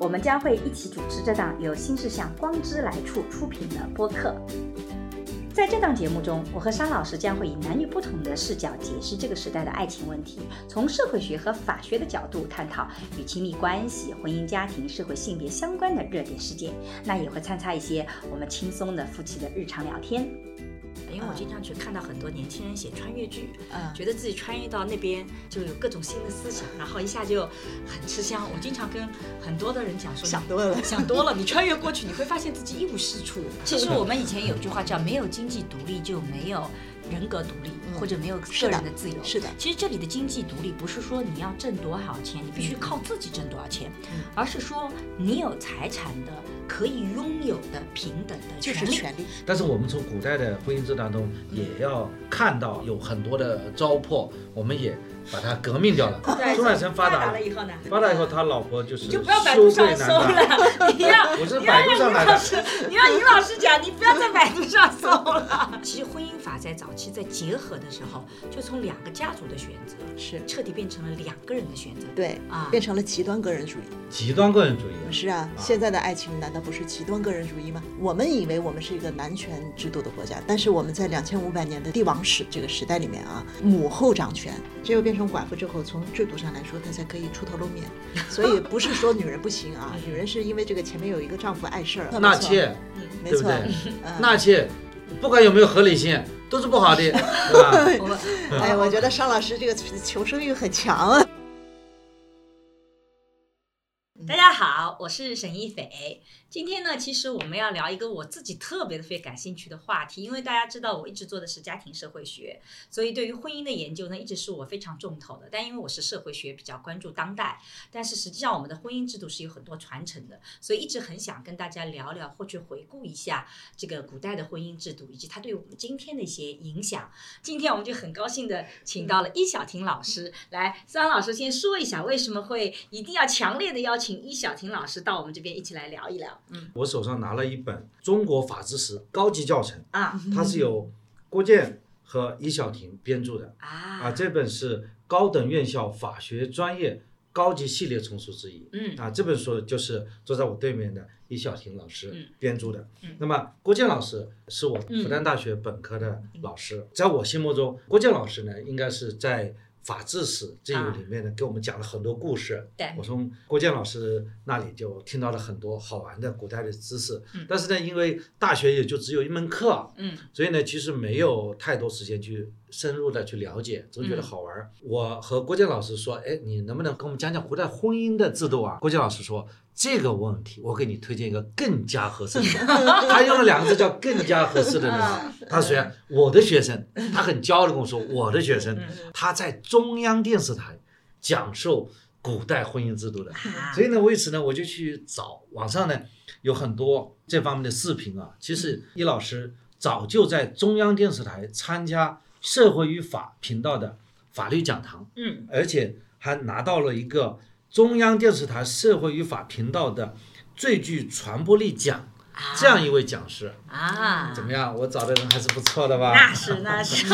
我们将会一起主持这档由新世相光之来处出品的播客。在这档节目中，我和沙老师将会以男女不同的视角解释这个时代的爱情问题，从社会学和法学的角度探讨与亲密关系、婚姻家庭、社会性别相关的热点事件。那也会参差一些我们轻松的夫妻的日常聊天。因为哎我经常去看到很多年轻人写穿越剧，嗯觉得自己穿越到那边就有各种新的思想，然后一下就很吃香。我经常跟很多的人讲 说，。想多了想多了，你穿越过去，你会发现自己一无是处。其实我们以前有句话叫“没有经济独立就没有人格独立”，或者没有是个的人的自由。是的其实这里的经济独立不是说你要挣多少钱，你必须靠自己挣多少钱，而是说你有财产的可以拥有的平等的权利。利。但是我们从古代的婚姻制当中，也要看到有很多的糟粕，我们也把它革命掉了。苏乃成发 达了以后呢，发达以后，他老婆就是就不要百度羞上愧搜难当。了，你要 我是你要百度让上来于的老师，你让于老师讲，你不要在百度上搜了。其实婚姻法在早期在结合的时候，就从两个家族的选择，是彻底变成了两个人的选择。对啊变成了极端个人主义。极端个人主义啊。是啊，现在的爱情难道不是极端个人主义吗？我们以为我们是一个男权制度的国家，但是我们在两千五百年的帝王史这个时代里面啊，母后掌权，这又变成寡妇之后，从制度上来说，她才可以出头露面。所以不是说女人不行啊，女人是因为这个前面有一个丈夫碍事儿，纳妾，没对不错，对？嗯纳妾，不管有没有合理性，都是不 好的，对吧？我们哎，我觉得商老师这个求生欲很强啊。大家好，我是沈一斐。今天呢，其实我们要聊一个我自己特别特别感兴趣的话题，因为大家知道我一直做的是家庭社会学，所以对于婚姻的研究呢，一直是我非常重头的。但因为我是社会学，比较关注当代，但是实际上我们的婚姻制度是有很多传承的，所以一直很想跟大家聊聊或去回顾一下这个古代的婚姻制度以及它对我们今天的一些影响。今天我们就很高兴的请到了易小婷老师来，桑老师先说一下为什么会一定要强烈的邀请易小婷老师到我们这边一起来聊一聊。嗯我手上拿了一本《中国法制史高级教程啊》，嗯它是由郭健和尹晓婷编著的。啊，啊这本是高等院校法学专业高级系列丛书之一。嗯啊，这本书就是坐在我对面的易小婷老嗯师编著的。嗯那么郭健老师是我复旦大学本科的嗯老师，在我心目中，郭健老师呢，应该是在法制史这啊个里面呢，给我们讲了很多故事。对啊我从郭健老师那里就听到了很多好玩的古代的知识。嗯但是呢，因为大学也就只有一门课，嗯所以呢，其实没有太多时间去深入的去了解，总觉得嗯好玩。儿。我和郭建老师说，哎，你能不能给我们讲讲古代婚姻的制度啊？郭建老师说这个问题，我给你推荐一个更加合适 的，他用了两个字叫更加合适的呢。嗯他说呀，我的学生，他很骄傲的跟我说，我的学生嗯他在中央电视台讲授古代婚姻制度的。啊所以呢，为此呢，我就去找网上呢有很多这方面的视频啊。其嗯实易老师早就在中央电视台参加社会与法频道的法律讲堂，嗯而且还拿到了一个中央电视台社会与法频道的最具传播力奖。这样一位讲师啊嗯怎么样？我找的人还是不错的吧？那是那是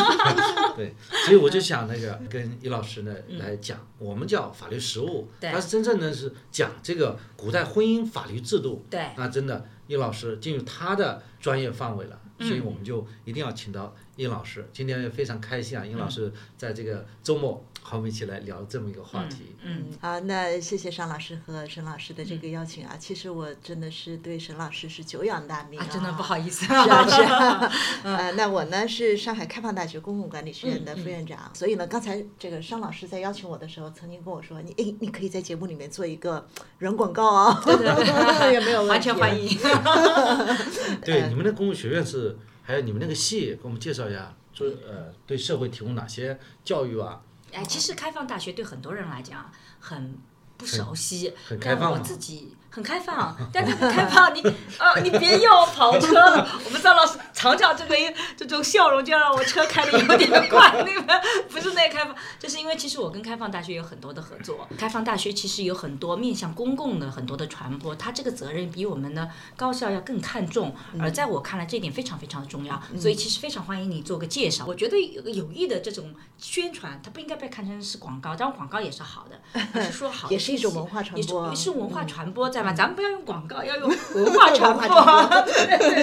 对，所以我就想那个跟易老师呢来讲，我们叫法律实务，嗯对但是真正呢是讲这个古代婚姻法律制度，对那真的易老师进入他的专业范围了，嗯所以我们就一定要请到易老师。今天也非常开心啊，易嗯老师在这个周末和我们一起来聊这么一个话题。嗯啊，那谢谢尚老师和沈老师的这个邀请啊。其实我真的是对沈老师是久仰大名啊真的不好嗯意思是啊是 啊，呃，那我呢是上海开放大学公共管理学院的嗯副院长，所以呢，刚才这个商老师在邀请我的时候，曾经跟我说，你哎，你可以在节目里面做一个软广告啊、 也没有问题，完全啊欢。迎。嗯呃对，你们的公共学院是，还有你们那个系，给我们介绍一下，做呃对社会提供哪些教育啊？哎，其实开放大学对很多人来讲很不熟悉，很开但放我吗自己很开放啊，但是很开放，你哦，你别要跑车了。我们张老师尝尝这个这种笑容，就让我车开的有点快， 那个不是那个开放，就是因为其实我跟开放大学有很多的合作，开放大学其实有很多面向公共的很多的传播，它这个责任比我们的高校要更看重，嗯而在我看来这一点非常非常的重要，所以其实非常欢迎你做个介绍。我觉得有有意的这种宣传，它不应该被看成是广告，当然广告也是好的， 而是说好的也是一种东西文化传也是播啊嗯也是文化传播在嘛，咱们不要用广告， 要用文化传播。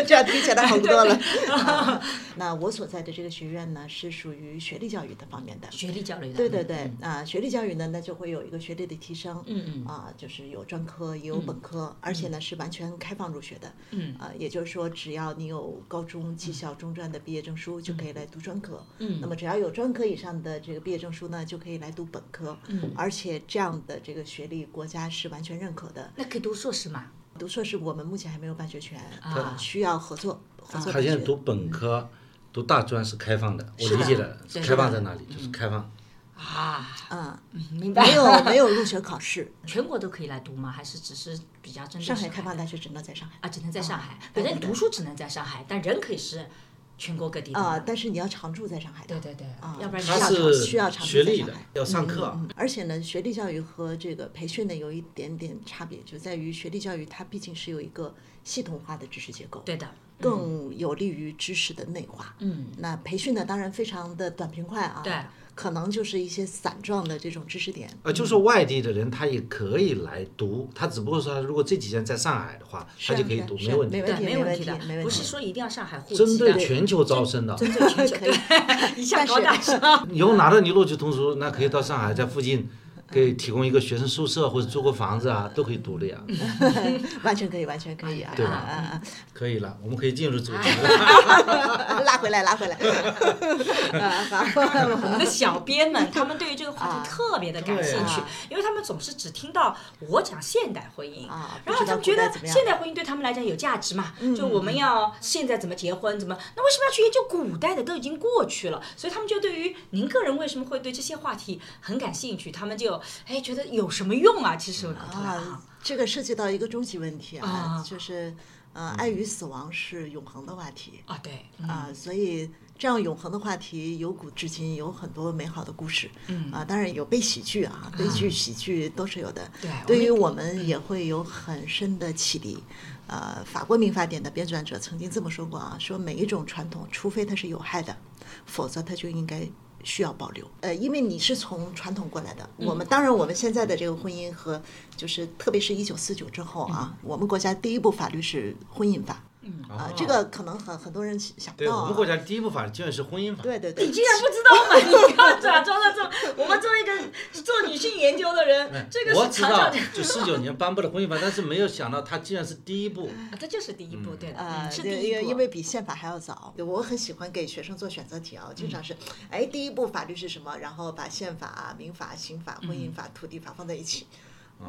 这样听起来好多了。啊那我所在的这个学院呢，是属于学历教育的方面的。学历教育的，嗯对对对，啊，学历教育呢，那就会有一个学历的提升，嗯嗯啊，就是有专科也有本科，而且呢是完全开放入学的，嗯啊，也就是说只要你有高中、技校、中专的毕业证书，就可以来读专科，嗯那么只要有专科以上的这个毕业证书呢，就可以来读本科，嗯，而且这样的这个学历国家是完全认可的。那可以读硕士嘛？读硕士我们目前还没有办学权，啊需要合作合作他办现学在。读本科、读大专是开放的，我是的理解的，对开放在哪里？就是开嗯放。啊，啊，明白。没有没有入学考试， 全国都可以来读吗？还是只 是比较针对上海开放的大学只能在上海啊？只能在上海，对反对正读书只能在上海，但人可以是全国各地的嘛啊，但是你要常住在上海的对对对啊，要不然需他要校常是需要常住学在历上的海，。要上课啊。嗯而且呢，学历教育和这个培训呢有一点点差别，就在于学历教育它毕竟是有一个系统化的知识结构，对的，更有利于知识的内化。嗯，那培训呢，当然非常的短平快啊，对，可能就是一些散状的这种知识点，呃，就说外地的人他也可以来读，他只不过说他如果这几天在上海的话，他啊就可以是啊读，是啊没问题没。问对，题没问题没的问题没问，题不是说一定要上海户籍针对的 全球招生的，针对全球，可以对， 一下但是搞大学，以后拿到你录取通知书，那可以到上海在附近给提供一个学生宿舍或者租个房子啊，都可以读的呀。嗯完全可以，完全可以啊，对啊吧啊啊可以了，我们可以进入主题 了。拉回来，拉回来。啊，好，我们的小编们，他们对于这个话题特别的感兴趣啊，因为他们总是只听到我讲现代婚姻啊，然后他们觉得不知道古代怎么样现代婚姻对他们来讲有价值嘛，就我们要现在怎么结婚，怎么，那为什么要去研究古代的都已经过去了？所以他们就对于您个人为什么会对这些话题很感兴趣，他们就哎觉得有什么用啊？其实我觉得啊啊，，这个涉及到一个终极问题啊，啊就是呃，爱与死亡是永恒的话题啊对，嗯啊、所以这样永恒的话题由古至今有很多美好的故事，嗯啊，当然有悲喜剧啊，悲剧、喜剧都是有的。对对于我我们也嗯会有很深的启迪。呃，法国民法典的编撰者曾经这么说过啊，说每一种传统，除非它是有害的，否则它就应该需要保留。呃，因为你是从传统过来的，我们当然我们现在的这个婚姻和就是特别是一九四九之后啊，我们国家第一部法律是婚姻法，嗯啊、这个可能很很多人想不哦对到、哦啊，我们国家第一部法律竟然是婚姻法，对对对，竟然不知道吗？你不要假装的这么，我们作为一个做女性研究的人，这个哎嗯我是知常道常。就四九年颁布的婚姻法，但是没有想到它竟然是第一部。啊，这就是第一步，对的，啊嗯，是第对因一为步，因为比宪法还要早。对我很喜欢给学生做选择题啊，嗯我经常是，哎，第一步法律是什么？然后把宪法、啊民法、刑法、婚嗯姻法、土地法放在一起。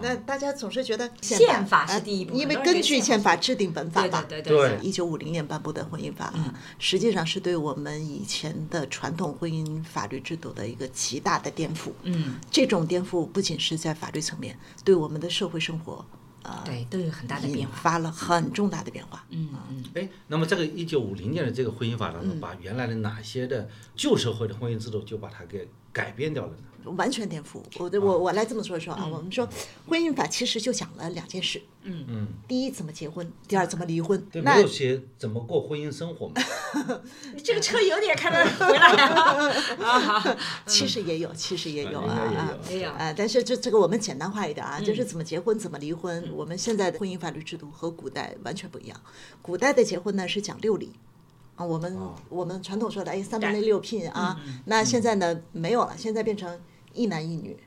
那大家总是觉得宪法法是第一步呃因为很多人觉根得据宪宪法制定本法对嘛的，。对对对嗯一九五零年颁布的婚姻法，啊，实际上是对我们以前的传统婚姻法律制度的一个极大的颠覆。嗯，这种颠覆不仅是在法律层面，对我们的社会生活，呃，对，都有很大的引变化，发了很重大的变化。嗯嗯，哎，那么这个一九五零年的这个婚姻法当中，把原来的哪些的旧社会的婚姻制度就把它给改变掉了呢？完全颠覆。我对我我来这么说一说啊，我们说婚姻法其实就讲了两件事，嗯嗯，第一怎么结婚，第二怎么离婚。对，没那有写怎么过婚姻生活嘛？你这个车有点开不 回来了嗯啊，好其实也有，其实也有啊应该也有啊。没有，啊，但是这这个我们简单化一点啊，嗯就是怎么结婚，怎么离婚。我们现在的婚姻法律制度和古代完全不一样。古代的结婚呢是讲六礼，啊，我们我们传统说的哎三门内六聘啊，嗯那现在呢没有了，现在变成一男一女，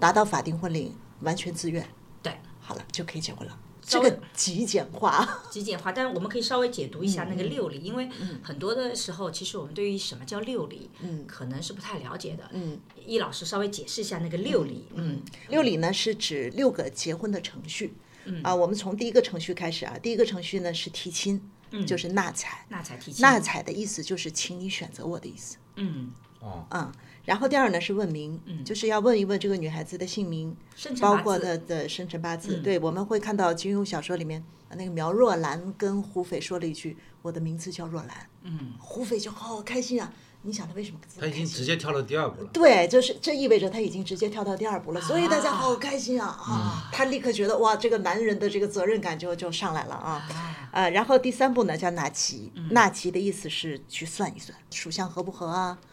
达到法定婚龄完全自愿，对，好了就可以结婚了。这稍微个极简化， 极简化，但是我们可以稍微解读一下嗯那个六礼，因为很多的时候，其实我们对于什么叫六礼，嗯，可能是不太了解的，嗯，易老师稍微解释一下那个六礼，嗯，六礼呢是指六个结婚的程序。嗯啊，我们从第一个程序开始啊，第一个程序呢是提嗯亲，就是纳采。那才提亲，纳采的意思就是请你选择我的意思。嗯，啊，啊、然后第二呢是问名，就是要问一问这个女孩子的姓名，生辰包八括字她的生辰八字。对，我们会看到金庸小说里面呃那个苗若兰跟胡斐说了一句：“我的名字叫若兰。”嗯，胡斐就好开心啊！你想他为什么这么他开已经心？直接跳到第二步了。对，就是这意味着他已经直接跳到第二步了，所以大家好开心啊啊！他立刻觉得哇，这个男人的这个责任感就就上来了啊嗯呃，然后第三步呢叫纳奇，纳奇的意思是去算一算属相合不合啊，字合不合有没有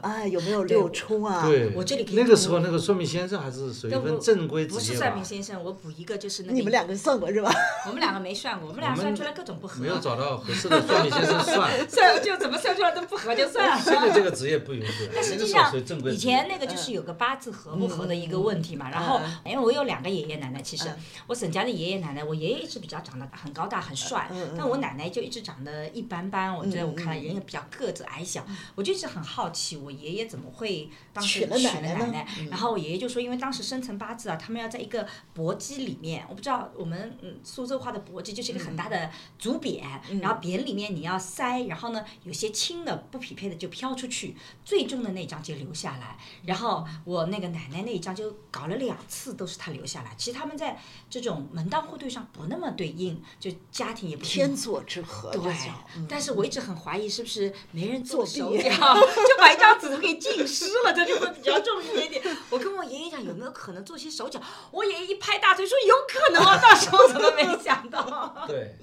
哎有没有六冲啊？对，我这里可以那个时候那个算命先生还是属于一份正规不职是业算吧命，先生，我补一个，就是那个你们两个算过是吧？我们两个没算过，我们俩我们算出来各种不合，。没有找到合适的算命先生算 算就怎么算出来都不合，就算了。这个这个职业不允许，但实那个际时候上属于正，规以职业。嗯前那个就是有个八字合不合的一个问题嘛。然后，因为我有两个爷爷奶奶，其实我沈家的爷爷奶奶，我爷爷一直比较长得很高嗯大很帅，但我奶奶就一直长得一般般。我觉得我嗯看了人也比较个子矮小，我就一直很好奇，我爷爷怎么会当时娶娶了了奶奶奶呢奶？嗯然后我爷爷就说，因为当时生辰八字啊，他们要在一个簸箕里面，我不知道我们嗯苏州话的簸箕就是一个很大的竹匾，然后匾里面你要塞，然后呢有些轻的不匹配的就飘出去，最重的那张就留下来。然后我那个奶奶那一张就搞了两次，都是她留下来。其实他们在这种门当户对上不那么对应，就家庭也不是那么 天作之合，这对叫，嗯但是我一直很怀疑是不是没人做手作弊脚， 就把一张纸给浸湿了，这就会比较重一点点。我跟我爷爷讲有没有可能做些手脚，我爷爷一拍大腿说有可能啊，到时候怎么没想到？对，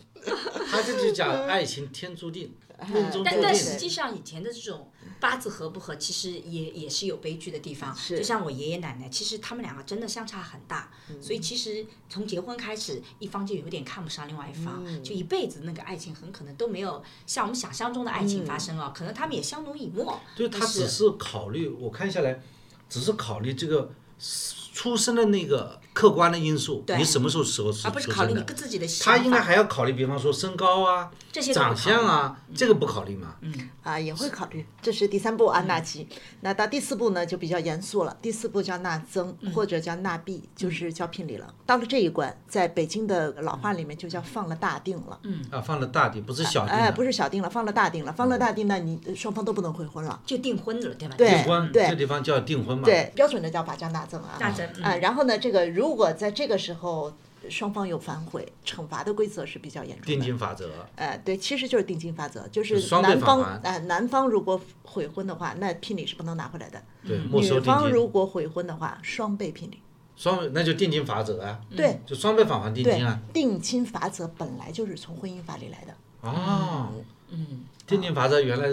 他这就讲爱情天注 定，命中注但但定。实际上以前的这种八字合不合，其实也也是有悲剧的地方。就像我爷爷奶奶，其实他们两个真的相差很大，嗯所以其实从结婚开始，一方就有点看不上另外一方，嗯就一辈子那个爱情很可能都没有像我们想象中的爱情发生啊。可能他们也相濡以沫，嗯对他但是只是考虑，我看下来，只是考虑这个出生的那个客观的因素，对你什么时候时候出而不是出考虑生你的？自己的想他法。应该还要考虑，比方说身高啊、这些都不考长虑嗯相啊，这个不考虑嘛？啊，也会考虑。这是第三步啊，纳嗯吉。那到第四步呢，就比较严肃了。第四步叫纳增，嗯或者叫纳币，就是交聘礼了。到了这一关，在北京的老话里面就叫放了大定了。嗯，啊，放了大地，不是小地哎，啊，嗯不是小定了，放了大定了。放了大定，那你双方都不能回婚了。就订婚了，对吧？对订婚，哎对这地方叫订婚嘛？对，标准的叫法叫纳增啊。那咱嗯啊，然后呢，这个如果在这个时候双方有反悔，惩罚的规则是比较严重定的。金法则。呃，对，其实就是定金法则，就是双倍男返方还呃男方如果悔婚的话，那聘礼是不能拿回来的。对，没收女定方如金，果悔婚的话，双倍聘礼。双那就定金法则啊，对就双倍返还定对金啊。，定亲法则本来就是从婚姻法里来的，哦，定金法则原来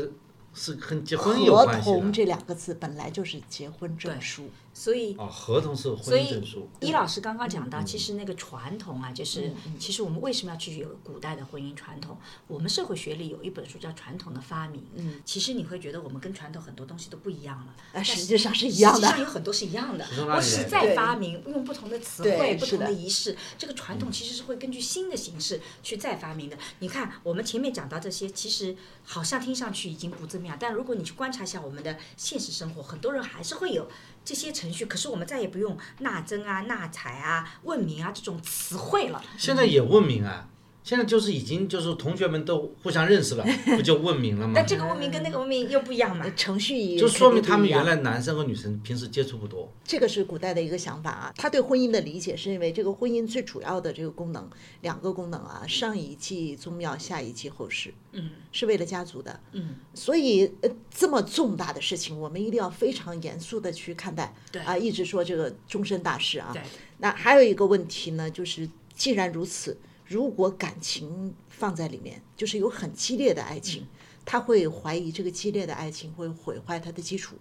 是跟结婚有合关系同的这两个字本来就是结婚证书。所以啊，合同是所婚姻证以书，，伊老师刚刚讲到，嗯其实那个传统啊，就是其实我们为什么要去有古代的婚姻传统？我们社会学里有一本书叫《传统的发明》，嗯，其实你会觉得我们跟传统很多东西都不一样了，呃，但实是际上是一样实际上有的。很多是一样的从。哪里我来实的在发明，用不同的词对汇、不是同的的仪式，这个传统其实是会根据新的形式去再发明的。你看，我们前面讲到这些，其实好像听上去已经不怎么样，但如果你去观察一下我们的现实生活，很多人还是会有这些程序，可是我们再也不用纳征啊、纳财啊、问名啊这种词汇了。现在也问名啊，现在就是已经就是同学们都互相认识 了，不就问名了吗但？这个问名跟那个问名又不一样嘛。程序也就说明肯定他不们一样原来男生和女生平时接触不多，这个是古代的一个想法啊，他对婚姻的理解是认为这个婚姻最主要的这个功能，两个功能啊，上一继宗庙，下一继后世，嗯，是为了家族的，嗯，所以呃这么重大的事情，我们一定要非常严肃的去看待，对啊，一直说这个终身大事啊，对，那还有一个问题呢，就是既然如此，如果感情放在里面，就是有很激烈的爱情。他会怀疑这个激烈的爱情会毁坏他的基础，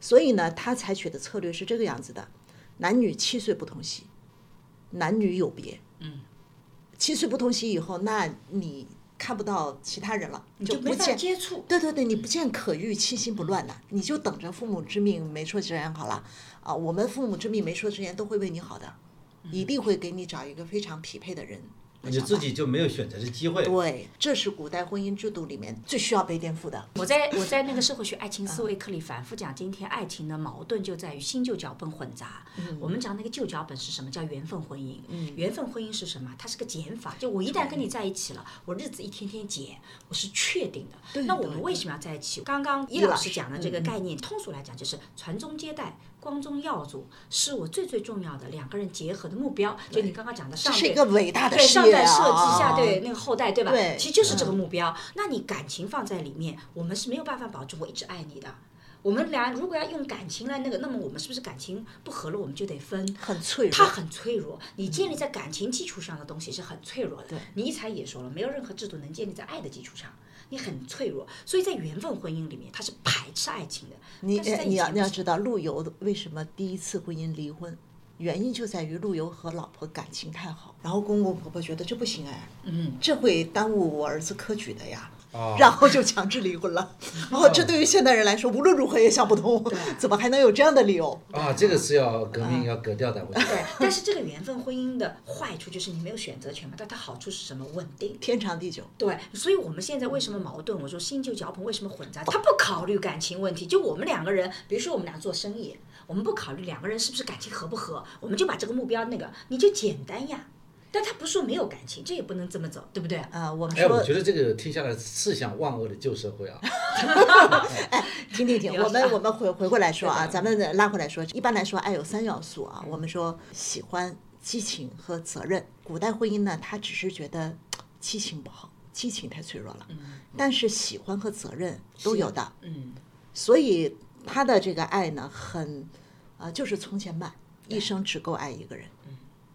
所以呢，他采取的策略是这个样子的：男女七岁不同席，男女有别。嗯，七岁不同席以后，那你看不到其他人了，你就不没法见接触，对对对，你不见可遇，其心不乱呐、你就等着父母之命媒妁之言好了啊！嗯我们父母之命媒妁之言都会为你好的，一定会给你找一个非常匹配的人会你上自当己就没有选择的机会。对，这是古代婚姻制度里面最需要被颠覆的。我在我在那个社会学爱情嗯思维课里反复讲，今天爱情的矛盾就在于新旧脚本混杂。嗯我们讲那个旧脚本是什么？叫缘分婚姻。缘分婚姻是什么？它是个减法，就我一旦跟你在一起了，我日子一天天减，我是确定的。对那我对嗯们为什么要在一起？刚刚易易老老师师讲的这个概念，通俗来讲就是传宗接代。光宗耀祖是我最最重要的两个人结合的目标，就你刚刚讲的这上是一辈个伟大的对事上业代啊！设计下对那个后代，对吧？对嗯其实就是这个目标。那你感情放在里面，我们是没有办法保证我一直爱你的。我们俩如果要用感情来那个，那么我们是不是感情不合了，我们就得分？很脆弱。嗯它很脆弱，你建立在感情基础上的东西是很脆弱的对。尼采也说了，没有任何制度能建立在爱的基础上，你很脆弱。所以在缘分婚姻里面，他是排斥爱情的。你呃但是在你以要前你要不是知道，陆游的为什么第一次婚姻离婚，原因就在于陆游和老婆感情太好，然后公公婆婆觉得这不行哎，嗯，这会耽误我儿子科举的呀。哦然后就强制离 婚了，然后这对于现代人来说无论如何也想不通， 怎么还能有这样的理由？啊，这个是要革嗯命要革掉的，我觉得对，但是这个缘分婚姻的坏处就是你没有选择权嘛，但它好处是什么？稳定。天长地久，对，所以我们现在为什么矛盾？我说新旧脚本为什么混杂？他不考虑感情问题，就我们两个人，比如说我们俩做生意，我们不考虑两个人是不是感情合不合，我们就把这个目标那个，你就简单呀。但他不是说没有感情，这也不能这么走，对不对？啊、我们哎，我说觉得这个听下来是像万恶的旧社 会啊，听听听，我们我们回回过来说啊，咱们拉回来说，一般来说，爱有三要素啊。我们说喜欢、激情和责任。古代婚姻呢，他只是觉得激情不好，激情太脆弱了，但是喜欢和责任都有的，嗯，所以他的这个爱呢，很啊、呃就是从前慢，一生只够爱一个人。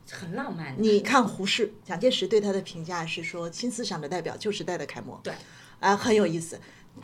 很浪漫的。你看胡适，蒋介石对他的评价是说新思想的代表，旧时代的楷模。对，啊，很有意思。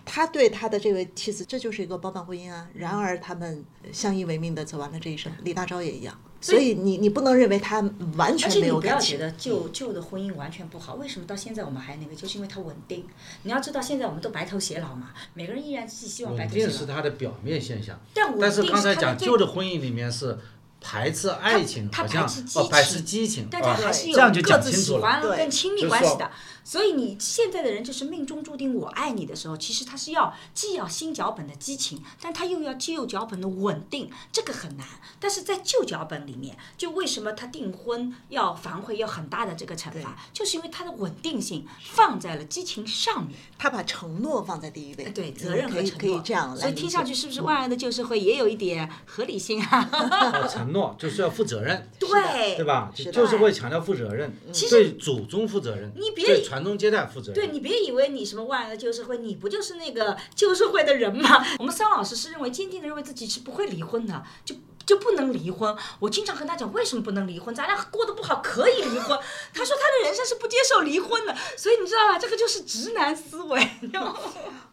他对他的这位妻子，这就是一个包办婚姻啊。然而他们相依为命的走完了这一生，李大钊也一样。所以你你不能认为他完而全且没你有不要感觉情。得旧旧的婚姻完全不好，为什么到现在我们还那个？就是因为它稳定。你要知道，现在我们都白头偕老嘛，每个人依然是希望白稳头偕定是老。它的表面现象。哎啊但稳但是定刚才它的讲最旧的婚姻里面是排斥爱情，他好他排像斥激哦排斥情激情，大家啊还是有这样就各讲自清喜楚了。欢对跟亲密就是关系说的。所以你现在的人就是命中注定我爱你的时候，其实他是要既要新脚本的激情，但他又要旧脚本的稳定，这个很难。但是在旧脚本里面，就为什么他订婚要反悔要很大的这个惩罚，就是因为他的稳定性放在了激情上面。他把承诺放在第一位，哎对，嗯责任可和以承诺。可以这样来理解。嗯所以听上去是不是万恶的旧社会也有一点合理性啊？ 啊承诺就是要负责任，对嗯对吧？是的就是会强调负责任，对祖宗负责任，你别对传宗接代负责任。对你别以为你什么万恶旧社会，你不就是那个旧社会的人吗？ 我们桑老师是认为坚定的认为自己是不会离婚的，就就不能离婚。我经常跟他讲为什么不能离婚，咱俩过得不好可以离婚。他说他的人生是不接受离婚的，所以你知道吧，这个就是直男思维，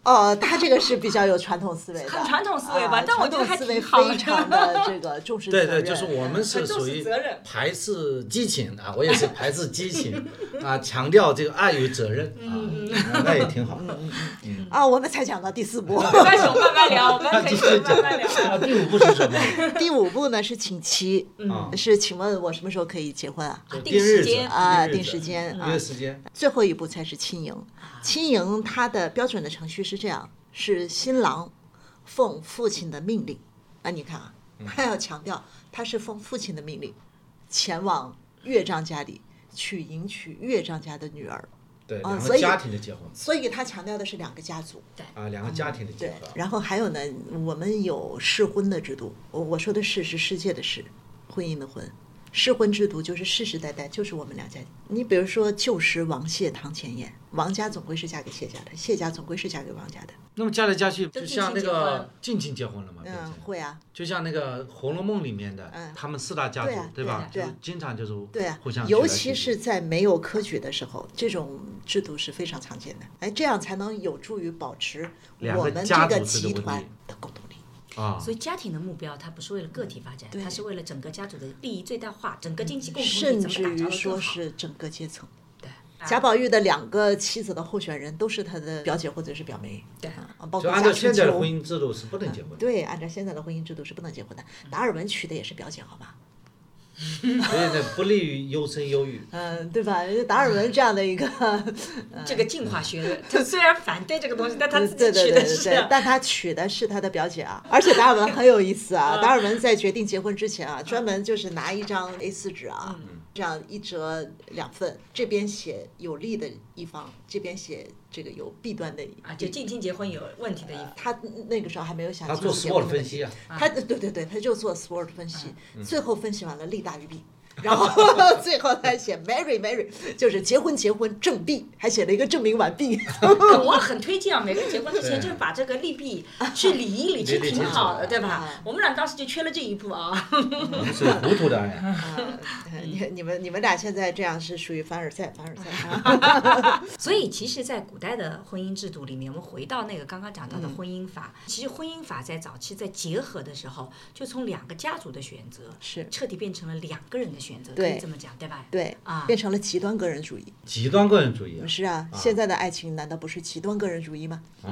哦，他这个是比较有传统思维的，很传统思维吧啊但我觉得传统还思维挺好的非常的这个重视责对任。对，就是我们是属于责任排斥激情啊，我也是排斥激情啊，强调这个爱与责任啊，嗯那也挺好。啊，我们才讲到第 四步。但是我慢慢聊，我们可以慢慢聊。啊， 第五步是什么？第五步呢是请期，啊是请问我什么时候可以结婚啊？就定定时日子间啊，定定时间约啊。时间，最后一步才是亲迎，亲迎它的标准的程序是这样：是新郎奉父亲的命令。啊，你看啊，他要强调他是奉父亲的命令，前往岳丈家里去迎娶岳丈家的女儿。对，啊两所个以家庭的结婚所以他强调的是两个家族。啊，两个家庭的结对合，，然后还有呢，我们有试婚的制度。我我说的试是世界的试，婚姻的婚。试婚制度就是世世代代，就是我们两家。你比如说，旧时王谢堂前燕，王家总归是嫁给谢家的，谢家总归是嫁给王家的。那么嫁来嫁去，就近像那亲结个近亲结婚了嘛，变嗯成，会啊，就像那个《红楼梦》里面的嗯，他们四大家族对啊，对吧？对啊对啊就是经常就是对啊互相，取来尤取其去是在没有科举的时候，这种制度是非常常见的。哎，这样才能有助于保持两我个们家这个族制集度的团稳定的共同力。啊所，以家庭的目标，它不是为了个体发展，对它是为了整个家族的利益最大化，整个经济共同体甚怎么至打造于的更说好。是整个阶层。对啊贾宝玉的两个妻子的候选人都是他的表姐或者是表妹，对啊，包括就贾按照春现在的秋婚姻制度是不能结婚的。嗯对，按照现在的婚姻制度是不能结婚的。达尔文娶的也是表姐，好吧？所以呢，不利于优生优育。嗯，对吧？达尔文这样的一个，这个进化学论，他虽然反嗯对这个东西，但他自 对己取对对的对是啊啊对，但他娶的是他的表姐啊，而且达尔文很有意思啊。嗯达尔文在决定结婚之前啊，专门就是拿一张 A4 纸啊，嗯这样一折两份，这边写有利的一方，这边写这个有弊端的一啊，就近亲结婚有问 题的一方。他那个时候还没有想他清楚做结 SWOT 婚的分问题，析啊，嗯他对对对，他就做 SWOT 分析，最后分析完了利大于弊，然 后最后他写 marry marry，就是结婚结婚正弊，还写了一个证明完毕。我很推荐啊，每个人结婚之前就把这个利弊去理一 理，其实理理挺清楚好的，对吧啊？我们俩当时就缺了这一步啊。我们是糊涂的哎。 啊，你你们你们俩现在这样是属于凡尔赛，凡尔赛啊。 所以，其实，在古代的婚姻制度里面，我们回到那个刚刚讲到的婚姻法，其实婚姻法在早期在结合的时候，就从两个家族的选择是彻底变成了两个人的选择，可对以这么讲，对吧？对啊变成了极端个人主义。极端个人主义啊。是啊，现在的爱情难道不是极端个人主义吗？哦，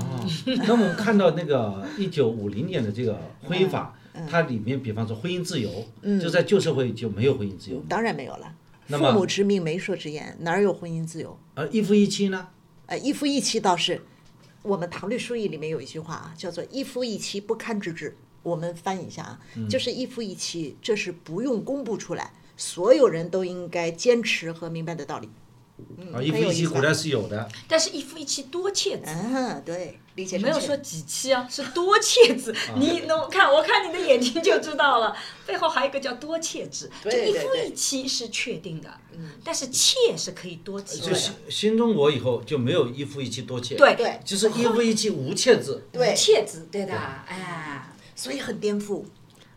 那我们看到那个一九五零年的这个婚嗯姻法，它里面比方说婚姻自由，就在旧社会就没有婚姻自由，当然没有了。那父么母之命，媒妁之言，哪儿有婚姻自由？而一夫一妻呢？呃，一夫一妻倒是，我们《唐律疏议》里面有一句话啊，叫做“一夫一妻不堪之至”。我们翻译一下啊，嗯就是一夫一妻，这是不用公布出来，所有人都应该坚持和明白的道理。啊，一夫很有一意妻思啊古代是有的，但是，一夫一妻多妾制。嗯，对，理解没有正确说几妻啊，是多妾制。啊你能看，我看你的眼睛就知道了。背后还有一个叫多妾制，对就一对夫对嗯一妻是确定的，但是妾是可以呃多妻就的。新新中国以后就没有一夫一妻多妾，对对就是一夫一妻无妾制。对，嗯妾制，对的，哎。所以很颠覆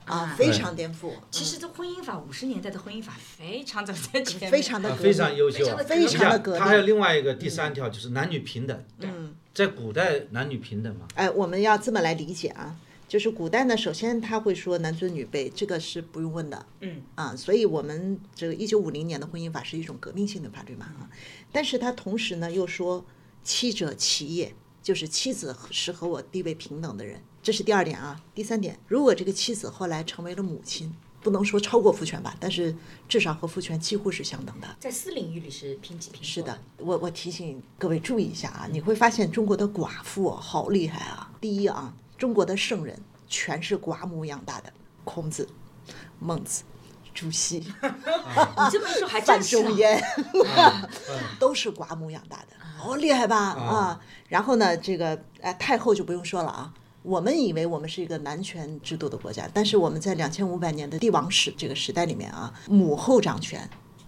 啊啊，非常颠覆，其实这婚姻法五十年代的婚姻法非常走在前面，嗯非常的啊，非常优秀啊，非常的你想革命它还有另外一个第三条，就是男女平等。嗯，在古代男女平等嘛，哎，我们要这么来理解啊，就是古代呢，首先他会说男尊女卑，这个是不用问的，嗯啊，所以我们这个一九五零年的婚姻法是一种革命性的法律嘛啊，但是他同时呢又说妻者其也，就是妻子是和我地位平等的人，这是第二点啊。第三点，如果这个妻子后来成为了母亲，不能说超过父权吧，但是至少和父权几乎是相等的。在私领域里是平起平坐。是的，，我我提醒各位注意一下啊，你会发现中国的寡妇哦好厉害啊！第一啊，中国的圣人全是寡母养大的，孔子、孟子、朱熹、你这么一说还范真是啊仲淹，都是寡母养大的，嗯哦，厉害吧？啊，然后呢，这个呃太后就不用说了啊。我们以为我们是一个男权制度的国家，但是我们在两千五百年的帝王史这个时代里面啊，母后掌权，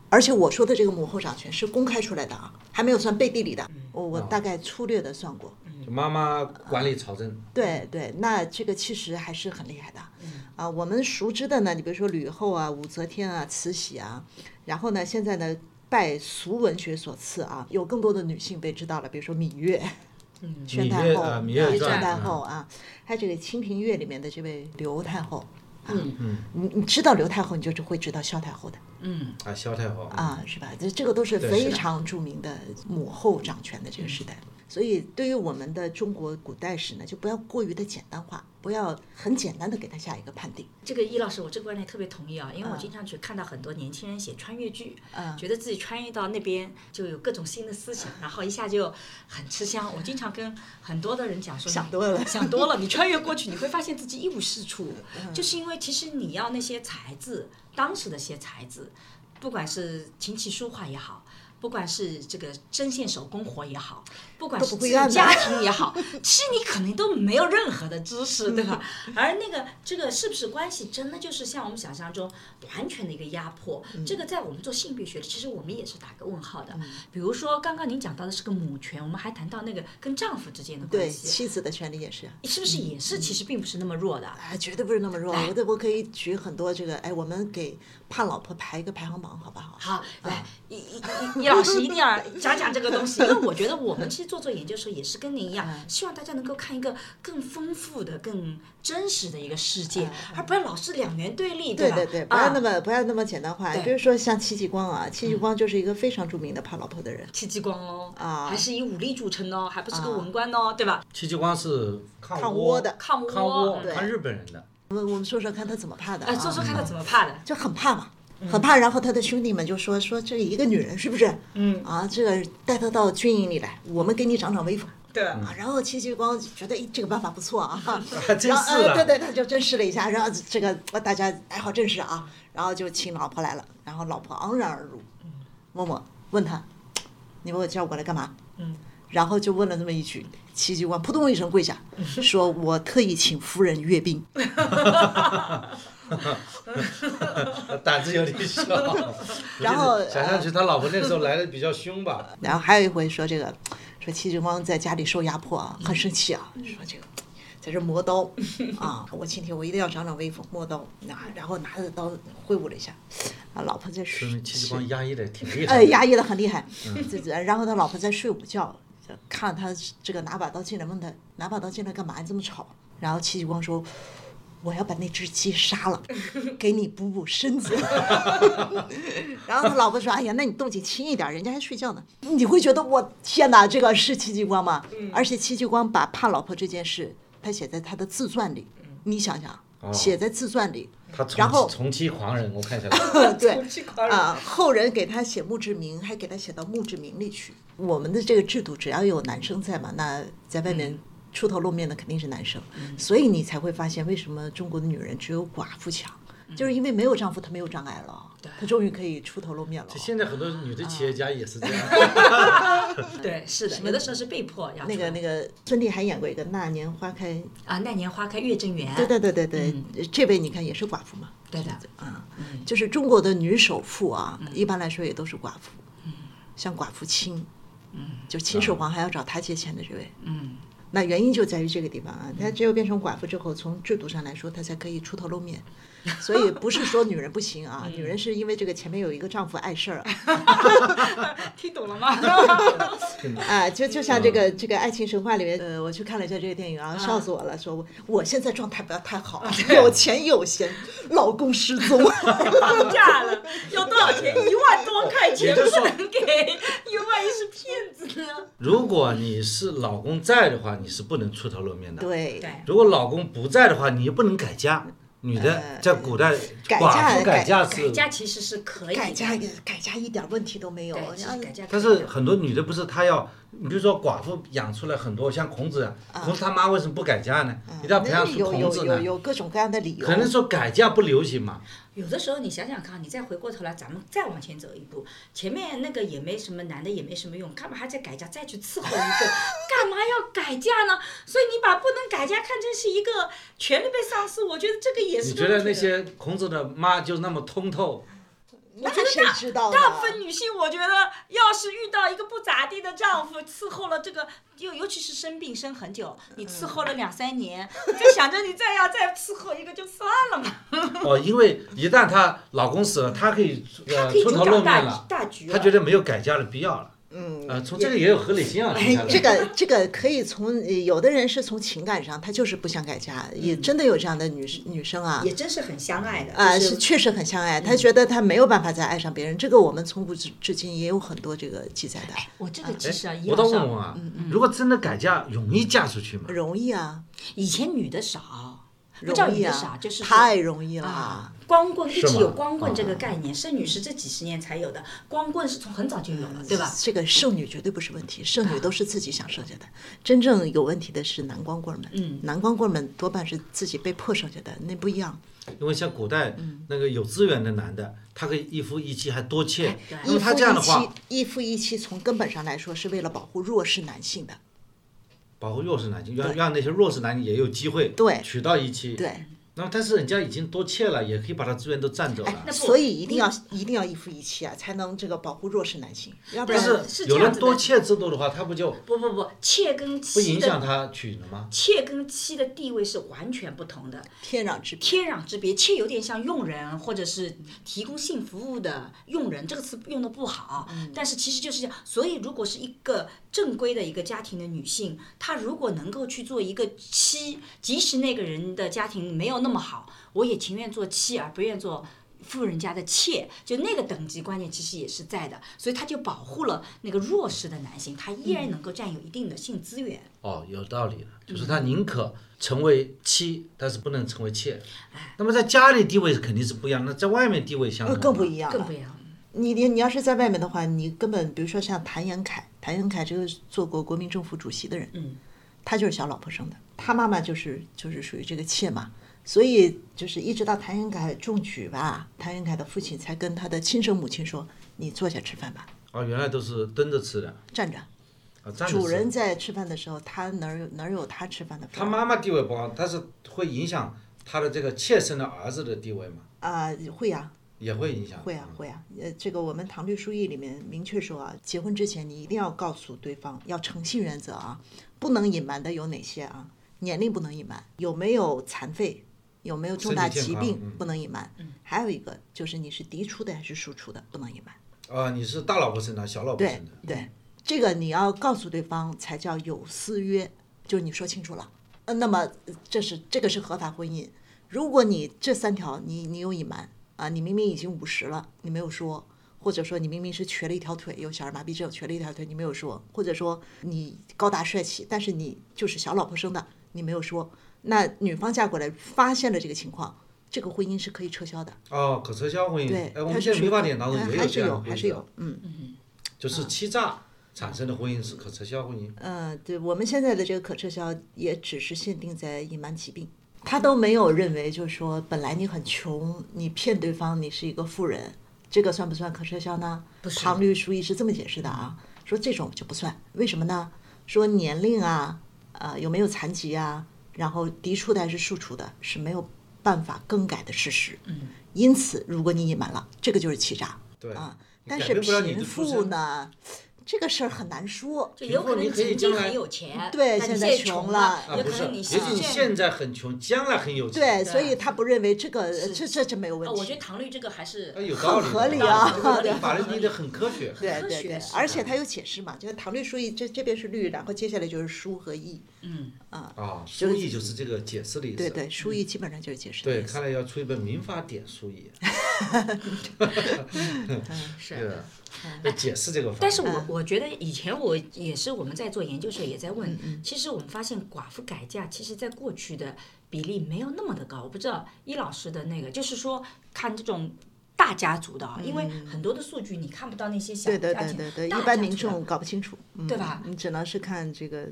而且我说的这个母后掌权是公开出来的啊，还没有算背地里的。我我大概粗略的算过，就妈妈管理朝政。对对，那这个其实还是很厉害的。嗯啊，我们熟知的呢，你比如说吕后啊、武则天啊、慈禧啊，然后呢，现在呢，拜俗文学所赐啊，有更多的女性被知道了，比如说芈月。嗯，宣芈太月后、啊芈月传太嗯后啊，还有这个《清平乐》里面的这位刘太后，嗯嗯，你你知道刘太后，你就就会知道萧太后的嗯啊，萧太后，啊，是吧？这这个都是对非是的常著名的母后掌权的这个时代。所以，对于我们的中国古代史呢，就不要过于的简单化，不要很简单的给它下一个判定。这个易老师，我这个观点特别同意啊，嗯因为我经常去看到很多年轻人写穿越剧，觉得自己穿越到那边就有各种新的思 想，然后一下就很吃香。我经常跟很多的人讲说，想多了想多了，你穿越过去，你会发现自己一无是处，嗯就是因为其实你要那些才子，当时的些才子，不管是琴棋书画也好。不管是这个针线手工活也好，不管是都不会自干己的家庭也好， 其实你可能都没有任何的知识，对吧？而那个这个是不是关系，真的就是像我们想象中完全的一个压迫？这个在我们做性别学里，其实我们也是打个问号的。比如说刚刚您讲到的是个母权，我们还谈到那个跟丈夫之间的对，关系，妻子的权利也是是不是也是其实并不是那么弱的？啊，绝对不是那么弱。我的我可以举很多这个，哎，我们给怕老婆排一个排行榜，好不好？好，来，啊哎一一一一老师一定要讲讲这个东西，因为我觉得我们其实做做研究的时候也是跟您一样，嗯希望大家能够看一个更丰富的、更真实的一个世界，而不要老是两元对立，嗯对吧？对对，不要那啊么、不要那么简单化。对比如说像戚继光啊，戚继光就是一个非常著名的怕老婆的人。戚继光哦，啊还是以武力著称哦，还不是个文官哦，对吧？戚继光是抗抗倭倭的抗倭抗倭，对抗日本人的。 我我们说说看他怎么怕的哎，啊？说说看他怎么怕的。就很怕嘛。嗯很怕。然后他的兄弟们就说说这一个女人是不是？嗯，啊，这个带她到军营里来，我们给你长长威风。对，啊，然后戚继光觉得，哎，这个办法不 错啊，还真然后是呃对了，对，他就真试了一下，然后这个呃大家爱好正事啊，然后就请老婆来了，然后老婆昂然而入，嗯默默问他，你把我叫过来干嘛？嗯，然后就问了这么一句，戚继光扑通一声 跪下，说我特意请夫人阅兵，胆子有点小。 然 后呃想象起他老婆那时候来的比较凶吧，然后还有一回说这个，说戚继光在家里受压迫啊，很生气啊，说这个在这磨刀啊，我今天我一定要长长威风，磨刀，那然后拿着刀挥舞了一下，啊，老婆在说睡明，戚继光压抑的挺厉害呃，的。压抑的很厉害，这这然后他老婆在睡午觉，看他这个拿把刀进来，问他拿把刀进来干嘛？你这么吵？然后戚继光说。我要把那只鸡杀了，给你补补身子。 然后他老婆说：“哎呀，那你动静轻一点，人家还睡觉呢。”你会觉得我天哪，这个是戚继光吗？而且戚继光把怕老婆这件事，他写在他的自传里。你想想，写在自传里，他然后重重妻狂人，我看起来 对，狂人啊，后人给他写墓志铭，还给他写到墓志铭里去。我们的这个制度，只要有男生在嘛，那在外面出头露面的肯定是男生，所以你才会发现为什么中国的女人只有寡妇强，就是因为没有丈夫，她没有障碍了，她终于可以出头露面了。现在很多女的企业家也是这样。对，是的，有的时候是被迫要那个那个个，孙俪还演过一个《那年花开》，啊，那年花开月正圆，对对对对对，这位你看也是寡妇嘛，对的，啊，就是中国的女首富啊，一般来说也都是寡妇，像寡妇卿，就秦始皇还要找他借钱的这位， 嗯，那原因就在于这个地方啊，她只有变成寡妇之后，从制度上来说，她才可以出头露面。所以不是说女人不行啊，女人是因为这个前面有一个丈夫碍事儿啊，听懂了 吗？啊，就就像这个这个爱情神话里面，呃，我去看了一下这个电影啊，笑死我了，说我我现在状态不要太好，有钱有闲，老公失踪，绑架了， 要多少钱？一万多块钱也就是不说能给，又万一是骗子呢？如果你是老公在的话，你是不能出头露面的。 对对啊如果老公不在的话，你也不能改嫁。女的呃在古代，改寡嫁妇改嫁改是，嫁其实是可以的改嫁改嫁一点问题都没有哎对，嗯其实，改嫁可以的，但是很多女的不是她要，你比如说寡妇养出来很多，像孔子啊，孔子他妈为什么不改嫁呢？一定要培养出有孔有子嗯有呢？有各种各样的理由，可能说改嫁不流行嘛，有的时候你想想看，你再回过头来，咱们再往前走一步，前面那个也没什么，男的也没什么用，干嘛还在改嫁，再去伺 候一个，干嘛要改嫁呢？所以你把不能改嫁看成是一个权利被丧失，我觉得这个也是你个觉问得题的。那些孔子的妈就那么通透？那谁知道呢大部分女性，我觉得要是遇到一个不咋地的丈夫，伺候了这个，尤尤其是生病生很久，嗯你伺候了两三年， 你就想着你再要再伺候一个就算了嘛，哦，因为一旦她老公死了，她可以呃可以出主头露掌面大了，大局了。她觉得没有改嫁的必要了。嗯呃，从这个也有合理性啊，听下哎来，这个这个可以从呃有的人是从情感上，他就是不想改嫁，也真的有这样的女女生啊，嗯也真是很相爱的呃啊，就是嗯确实很相爱，他觉得他没有办法再爱上别人，这个我们从古至至今也有很多这个记载的，我这个其实啊，嗯以我倒往问上问啊，如果真的改嫁，容易嫁出去吗？容易啊，以前女的少，不叫容女易的少，啊就，是说太容易啊了，，光棍一是直吗嗯有光棍这个概念，剩女是这几十年才有的，光棍是从很早就有嗯了，对吧？这个剩女绝对不是问题，剩女都是自己想剩下的，真正有问题的是男光棍们，嗯男光棍们多半是自己被迫剩下的，那不一样。因为像古代嗯那个有资源的男的，他可以一夫一妻还多哎妾，那一么夫他这样一的妻话，，一夫一妻从根本上来说是为了保护弱势男性的，保护弱势男性，让对让那些弱势男性也有机会对娶到一妻。对，那么但是人家已经多妾了，也可以把他资源都占走了哎那。不所以一定要一定要一夫一妻啊，才能这个保护弱势男性，要不但然是是有这样了子的多妾制度的话，他不就不不不，妾跟不妻影响的他娶了吗？妾跟妻的地位是完全不同的，天壤之别。天壤之别。妾有点像佣人，或者是提供性服务的佣人，这个词用的不好，但是其实就是这样。所以，如果是一个正规的一个家庭的女性，她如果能够去做一个妻，即使那个人的家庭没有那么好，我也情愿做妻而不愿做。富人家的妾，就那个等级观念其实也是在的，所以他就保护了那个弱势的男性，他依然能够占有一定的性资源。哦，有道理了，嗯就是他宁可成为妻，但是不能成为妾。那么在家里地位肯定是不一样，那在外面地位相哎同呃吗，更不一样，更不一。样。你你你要是在外面的话，你根本比如说像谭延闿，谭延闿这个做过国民政府主席的人，嗯，他就是小老婆生的，他妈妈就是就是属于这个妾嘛，所以就是一直到谭延闿中举吧，谭延闿的父亲才跟他的亲生母亲说：“你坐下吃饭吧，哦，原来都是蹲着吃的，站着。啊，站着”吃主人在吃饭的时候，他哪儿有哪儿有他吃饭的份他儿？妈妈地位不高，但是会影响他的这个妾身的儿子的地位嘛，啊、会呀、也会影响。会啊，会啊，呃，这个我们《唐律疏议》里面明确说啊，结婚之前你一定要告诉对方，要诚信原则啊，不能隐瞒的有哪些啊？年龄不能隐瞒，有没有残废，有没有重大身体健疾康病嗯不能隐瞒，还有一个就是你是嫡出的还是庶出的不能隐瞒。啊、你是大老婆生的，小老婆对生的。对，这个你要告诉对方才叫有私约，就是你说清楚了。呃，那么这是这个是合法婚姻。如果你这三条你你有隐瞒啊，你明明已经五十了，你没有说，或者说你明明是瘸了一条腿，有小儿麻痹症，瘸了一条腿，你没有说，或者说你高大帅气，但是你就是小老婆生的，你没有说，那女方嫁过来发现了这个情况，这个婚姻是可以撤销的。哦，可撤销婚姻。对，哎，我它们现在是民法典当中还也哎还这是样的有，规还是定有，，嗯。就是欺诈产生的婚姻是可撤销婚姻。呃，对我们现在的这个可撤销也只是限定在隐瞒疾病，他都没有认为就是说本来你很穷，你骗对方你是一个富人，这个算不算可撤销呢？唐律疏议是这么解释的啊，说这种就不算，为什么呢？说年龄啊，呃有没有残疾啊，然后嫡出的还是庶出的是没有办法更改的事实，嗯，因此如果你隐瞒了，这个就是欺诈，对啊，你但改是变不了你贫的出富身呢，这个事儿很难说，就有可以后你能可以曾将经来很有钱，对但你现现在穷穷了啊，有不可是，能你也现许你现在很穷，将来很有对，钱。所以他不认为这个呃这这这没有问啊题。我觉得唐律这个还是哎，有道理的，很合理啊这个对法律理得很科学。对科对学对是，啊的而且他有解释嘛，就是唐律疏议这这边是律，然后接下来就是疏和议，嗯啊，疏议就是这个解释的意思。对对，疏议基本上就是解释的对，意思。看来要出一本民法典疏议。是。对，要解释这个法律。但是我我觉得以前我也是我们在做研究时候也在问，其实我们发现寡妇改嫁，其实在过去的比例没有那么的高。我不知道伊老师的那个，就是说看这种大家族的啊，因为很多的数据你看不到那些小对对家对庭对对，大一般家民族的众搞不清楚，嗯对吧你只能是看这个，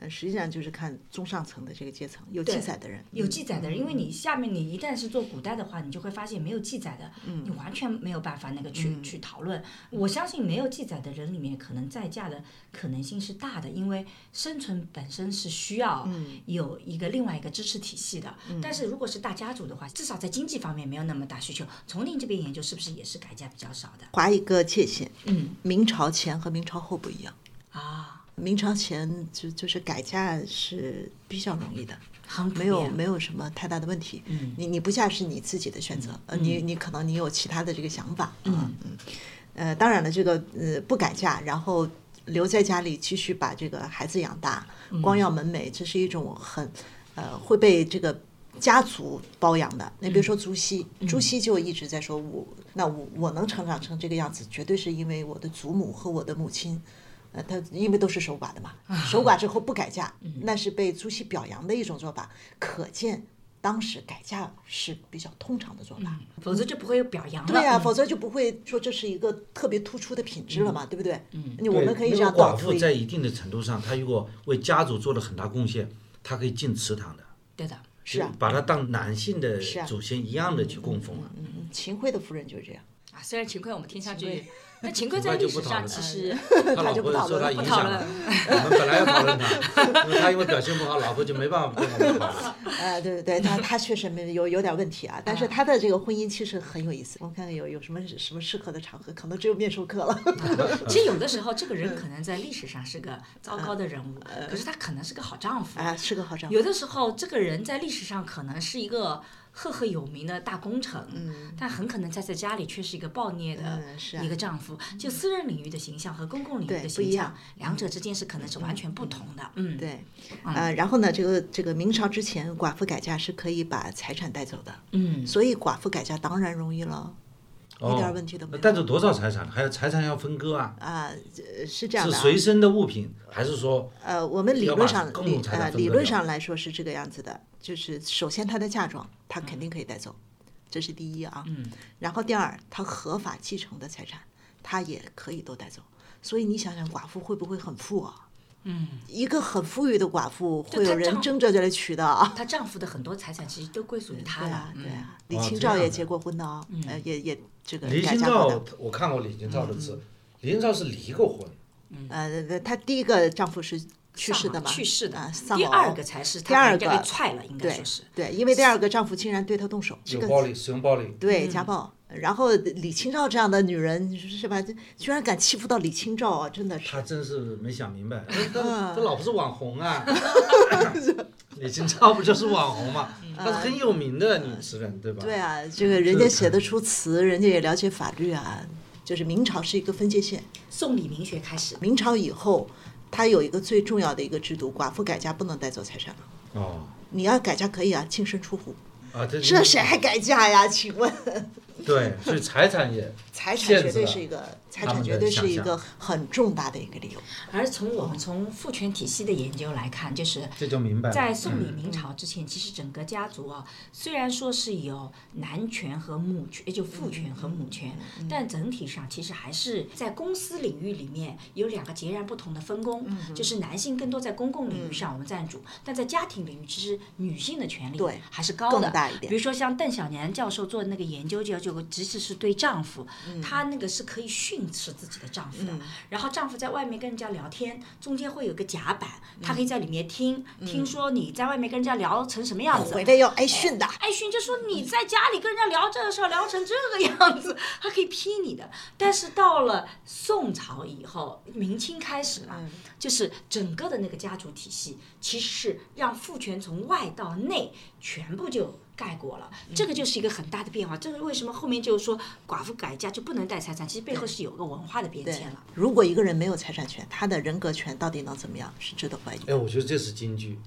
呃，实际上就是看中上层的这个阶层有对记载的人，有嗯记载的，因为你下面你一旦是做古代的话，你就会发现没有记载的，嗯你完全没有办法那个去、去讨论。我相信没有记载的人里面，可能再嫁的可能性是大的，因为生存本身是需要嗯有一个另外一个支持体系的。但是如果是大家族的话，至少在经济方面没有那么大需求。从您这边研究，是不是也是改嫁比较少的划一个界限。嗯，明朝前和明朝后不一样，啊？明朝前就就是改嫁是比较容易的，很普没有遍啊没有什么太大的问题。你你不嫁是你自己的选择，呃，你你可能你有其他的这个想法啊，嗯，呃，当然了，这个呃不改嫁，然后留在家里继续把这个孩子养大，光耀门楣，这是一种很呃会被这个。家族包养的，你比如说朱熹，朱熹就一直在说我，那我我能成长成这个样子，绝对是因为我的祖母和我的母亲，呃，他因为都是守寡的嘛，守寡之后不改嫁，那是被朱熹表扬的一种做法，可见当时改嫁是比较通常的做法。否则就不会有表扬了。对呀、嗯否则就不会说这是一个特别突出的品质了嘛，对不对？嗯，你我对们可以那这个样寡倒妇在推。一定的程度上，她如果为家族做了很大贡献，她可以进祠堂的，对的，是啊，把她当男性的是啊祖先一样的去供奉啊。嗯秦桧的夫人就是这样，啊，虽然秦桧我们听上秦去桧，那秦桧秦在桧就历史不讨上论其了实。他老婆受他影不讨响论了， 我们本来要讨论他，因为他因为表现不好，老婆就没办法跟我们讨论。呃，对对对，他他确实没有有点问题啊，但是他的这个婚姻其实很有意思。我们看看有有什么什么适合的场合，可能只有面授课了。 嗯其实有的时候，这个人可能在历史上是个糟糕的人物，可是他可能是个好丈夫。呃哎啊，是个好丈夫。有的时候，这个人在历史上可能是一个赫赫有名的大功臣，嗯但很可能他在家里却是一个暴虐的嗯是啊一个丈夫。就私人领域的形象和公共领域对的不一形象样，两者之间是可能是完全不同的。嗯，对，呃，然后呢，这个这个明朝之前，寡妇改嫁是可以把财产带走的，嗯，所以寡妇改嫁当然容易了，一点问题都没哦那有。带走多少财产？还有财产要分割啊，啊、呃是这样是的、啊，随身的物品，还是说呃，我们理要论把上公理共财呃产分理割论掉上来说是这个样子的，就是首先她的嫁妆，她肯定可以带走，这是第一啊。嗯。然后第二，她合法继承的财产，她也可以都带走。所以你想想，寡妇会不会很富啊？嗯，一个很富裕的寡妇，会她有人丈争着就来娶的啊。她丈夫的很多财产其实都归属于她对了啊。，对嗯啊。李哦清这照样也的结过婚的啊，呃，也也这个李改清嫁过照的。？我看过李清照的字，李清照是离过婚，呃，她第一个丈夫是去世的嘛？去世啊的，丧第偶二个才是第二她把人家个给踹了，应该对说是。对，因为第二个丈夫竟然对她动手，这有个暴力，使用暴力，嗯对家暴。然后李清照这样的女人是吧？居然敢欺负到李清照啊，真的是他真是没想明白，哎他嗯他老婆是网 红啊，李清照不就是网红嘛？她是很有名的女诗人，对嗯吧？对啊，这个人家写得出词，人家也了解法律啊。就是明朝是一个分界线，送礼明学开始，明朝以后，它有一个最重要的一个制度，寡妇改嫁不能带走财产了。哦，你要改嫁可以啊，净身出户，啊，这这谁还改嫁呀？请 问，对，所以财产也 财产限绝制对了是一个，财啊他产们绝的对是想一象个很重大的一个理由。而从我们从父权体系的研究来看，就是这就明白了。嗯在宋李明朝之前，其实整个家族啊，虽然说是有男权和母权，也就嗯父权和母权，但整体上其实还是在公司领域里面有两个截然不同的分工，嗯就是男性更多在公共领域上我们占主，但在家庭领域，其实女性的权利对还是高的更大一点比如说像邓小年教授做的那个研究，就要就即使是对丈夫，她那个是可以训斥自己的丈夫的，然后丈夫在外面跟人家聊天，中间会有个夹板，她可以在里面听，听说你在外面跟人家聊成什么样子，回来要挨训的，艾寻就说你在家里跟人家聊这事儿聊成这个样子，他可以批你的。但是到了宋朝以后，明清开始嘛，就是整个的那个家族体系，其实是让父权从外到内全部就。盖过了，这个就是一个很大的变化。这个为什么后面就是说寡妇改嫁就不能带财产？其实背后是有个文化的变对迁了。，如果一个人没有财产权，他的人格权到底能怎么样，是值得怀疑。哎，我觉得这是金句。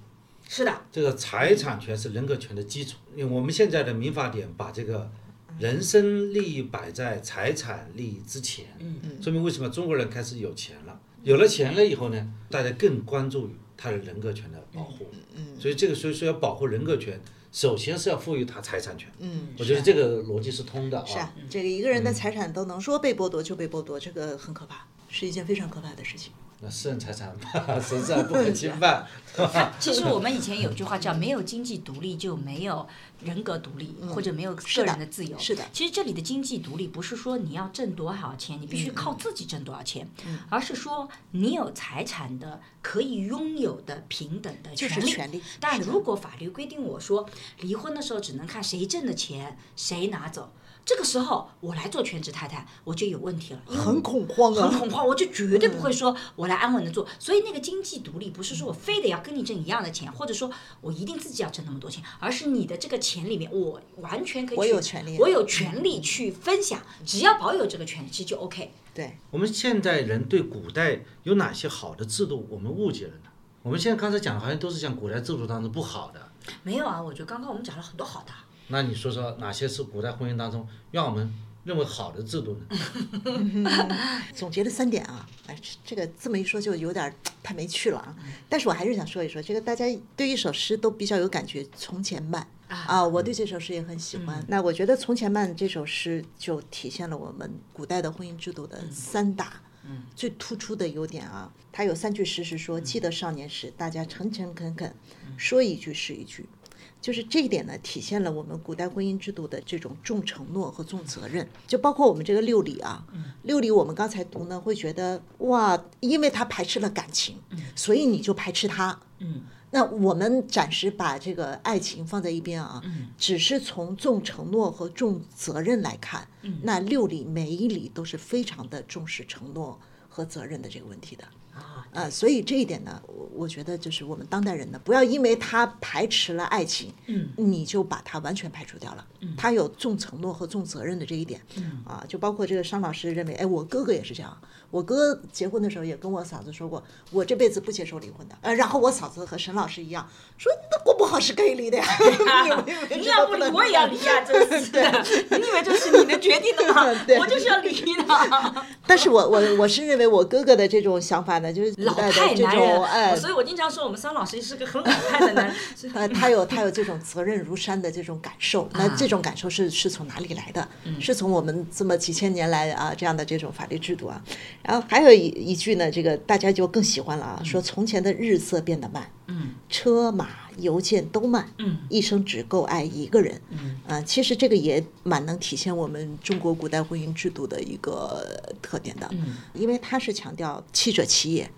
是的，这个财产权是人格权的基础，因为我们现在的民法典把这个人身利益摆在财产利益之前，嗯说明为什么中国人开始有钱了，有了钱了以后呢，大家更关注于他的人格权的保护，嗯所以这个所以说要保护人格权，首先是要赋予他财产权，嗯，我觉得这个逻辑是通的啊，是啊，这个一个人的财产都能说被剥夺就被剥夺，这个很可怕，是一件非常可怕的事情。那 私人财产神圣不可侵犯，啊其嗯实我们以前有句话叫“没有经济独立就没有人格独立”，或者没有是个的人的自由。嗯是的其实这里的经济独立不是说你要挣多少钱，你必须靠自己挣多少钱，嗯而是说你有财产的可以拥有的平等的就是权利但是的如果法律规定我说离婚的时候只能看谁挣的钱谁拿走，这个时候我来做全职太太我就有问题了，因为很恐慌啊很恐慌，我就绝对不嗯会说我来安稳的做。所以那个经济独立不是说我非得要跟你挣一样的钱，或者说我一定自己要挣那么多钱，而是你的这个钱里面，我完全可以去，我有权利啊我有权利去分享，只要保有这个权利，其实就 OK。对，我们现代人对古代有哪些好的制度，我们误解了呢？我们现在刚才讲的好像都是讲古代制度当中不好的，没有啊，我觉得刚刚我们讲了很多好的啊。那你说说哪些是古代婚姻当中让我们认为好的制度呢？总结了三点啊，哎，这这个这么一说就有点儿太没趣了啊。但是我还是想说一说，这个大家对一首诗都比较有感觉，《从前慢》啊，我对这首诗也很喜欢。那我觉得《从前慢》这首诗就体现了我们古代的婚姻制度的三大。最突出的优点啊，它有三句诗是说：记得少年时，大家诚诚恳恳，说一句是一句。就是这一点呢，体现了我们古代婚姻制度的这种重承诺和重责任，就包括我们这个六礼啊。六礼我们刚才读呢，会觉得哇，因为他排斥了感情，所以你就排斥他。嗯，那我们暂时把这个爱情放在一边啊，只是从重承诺和重责任来看，那六礼每一礼都是非常的重视承诺和责任的这个问题的。啊，所以这一点呢，我我觉得就是我们当代人呢，不要因为他排斥了爱情，嗯，你就把它完全排除掉了。嗯，他有重承诺和重责任的这一点，嗯，啊，就包括这个商老师认为，哎，我哥哥也是这样，我哥结婚的时候也跟我嫂子说过，我这辈子不接受离婚的。呃，然后我嫂子和沈老师一样，说那过不好是可以 离的呀， 你你要不离我也要离呀、真是的！ 你以为这是你能决定的吗 对？我就是要离的。 但是我我我是认为我哥哥的这种想法呢，就是古老代的派这男人，种哎所以我经常说我们桑老师是个很老派的男人。 所以呃，他有他有这种责任如山的这种感受，那这种感受是是从哪里来的？是从我们这么几千年来啊这样的这种法律制度啊。然后还有一一句呢，这个大家就更喜欢了啊，说从前的日色变得慢，嗯，车马邮件都慢，嗯，一生只够爱一个人，嗯，啊，其实这个也蛮能体现我们中国古代婚姻制度的一个特点的，嗯，因为它是强调妻者其也，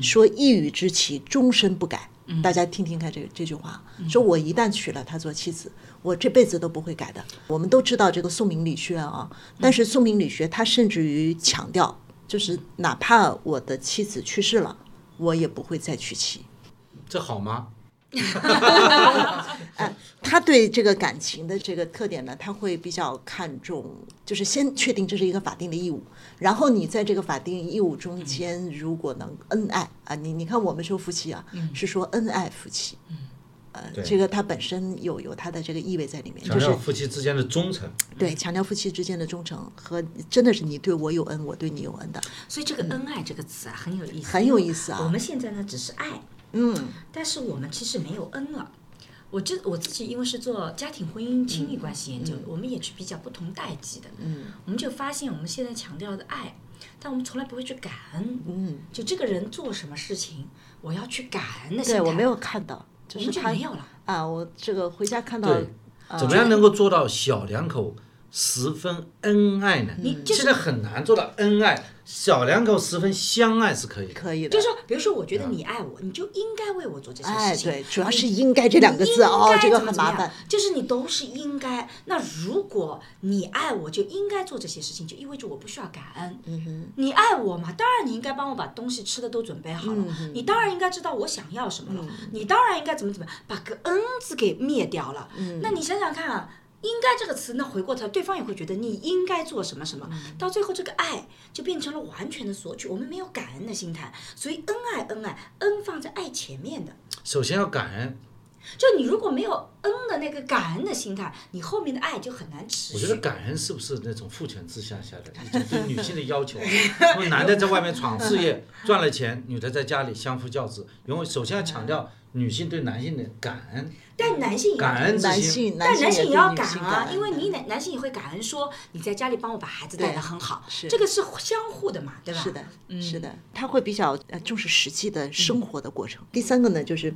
说一语之其终身不改。大家听听看这这句话，说我一旦娶了她做妻子，我这辈子都不会改的。我们都知道这个宋明理学啊，但是宋明理学它甚至于强调，就是哪怕我的妻子去世了，我也不会再娶妻。这好吗？他对这个感情的这个特点呢，他会比较看重，就是先确定这是一个法定的义务，然后你在这个法定义务中间，如果能恩爱啊，你你看我们说夫妻啊，嗯是说恩爱夫妻，呃，对这个它本身有有它的这个意味在里面，强就是调夫妻之间的忠诚，对强调夫妻之间的忠诚和真的是你对我有恩，我对你有恩的，所以这个恩爱这个词啊，很有意思，嗯很有意思啊我们现在呢，只是爱，嗯，但是我们其实没有恩了。我这我自己因为是做家庭婚姻嗯亲密关系研究的，我们也去比较不同代际的，嗯，我们就发现我们现在强调的爱，但我们从来不会去感恩，嗯，就这个人做什么事情，我要去感恩的心对态，我没有看到，就我是们就他没有了。啊，我这个回家看到对，怎么样能够做到小两口十分恩爱呢？你就是现在很难做到恩爱，小两口十分相爱是可以的。可以的，就是说，比如说，我觉得你爱我，你就应该为我做这些嗯哎，事情。对，主要是“应该”这两个字哦应，该这个怎么很怎么样麻烦。。就是你都是应该。那如果你爱我，就应该做这些事情，就意味着我不需要感恩。嗯你爱我嘛，当然你应该帮我把东西吃的都准备好嗯了，你当然应该知道我想要什么了，你当然应该怎么怎么样把个恩字给灭掉了。嗯那你想想看啊。应该这个词，那回过头，对方也会觉得你应该做什么什么，嗯到最后这个爱就变成了完全的索取，我们没有感恩的心态，所以恩爱恩爱，恩放在爱前面的，首先要感恩，就你如果没有恩的那个感恩的心态，你后面的爱就很难持我觉得续。感恩是不是那种父权制下下的一种对女性的要求？啊因为男的在外面闯事业赚了钱，女的在家里相夫教子，因为首先要强调女性对男性的感恩，但男性也要感恩之男心。性，但男性性也也对要女性啊，恩因为的你男男性也会感恩说你在家里帮我把孩子带对得很好，是这个是相互的嘛，对吧？嗯是的，是的，他会比较呃重视实际的生活的过程。第三个呢，就是。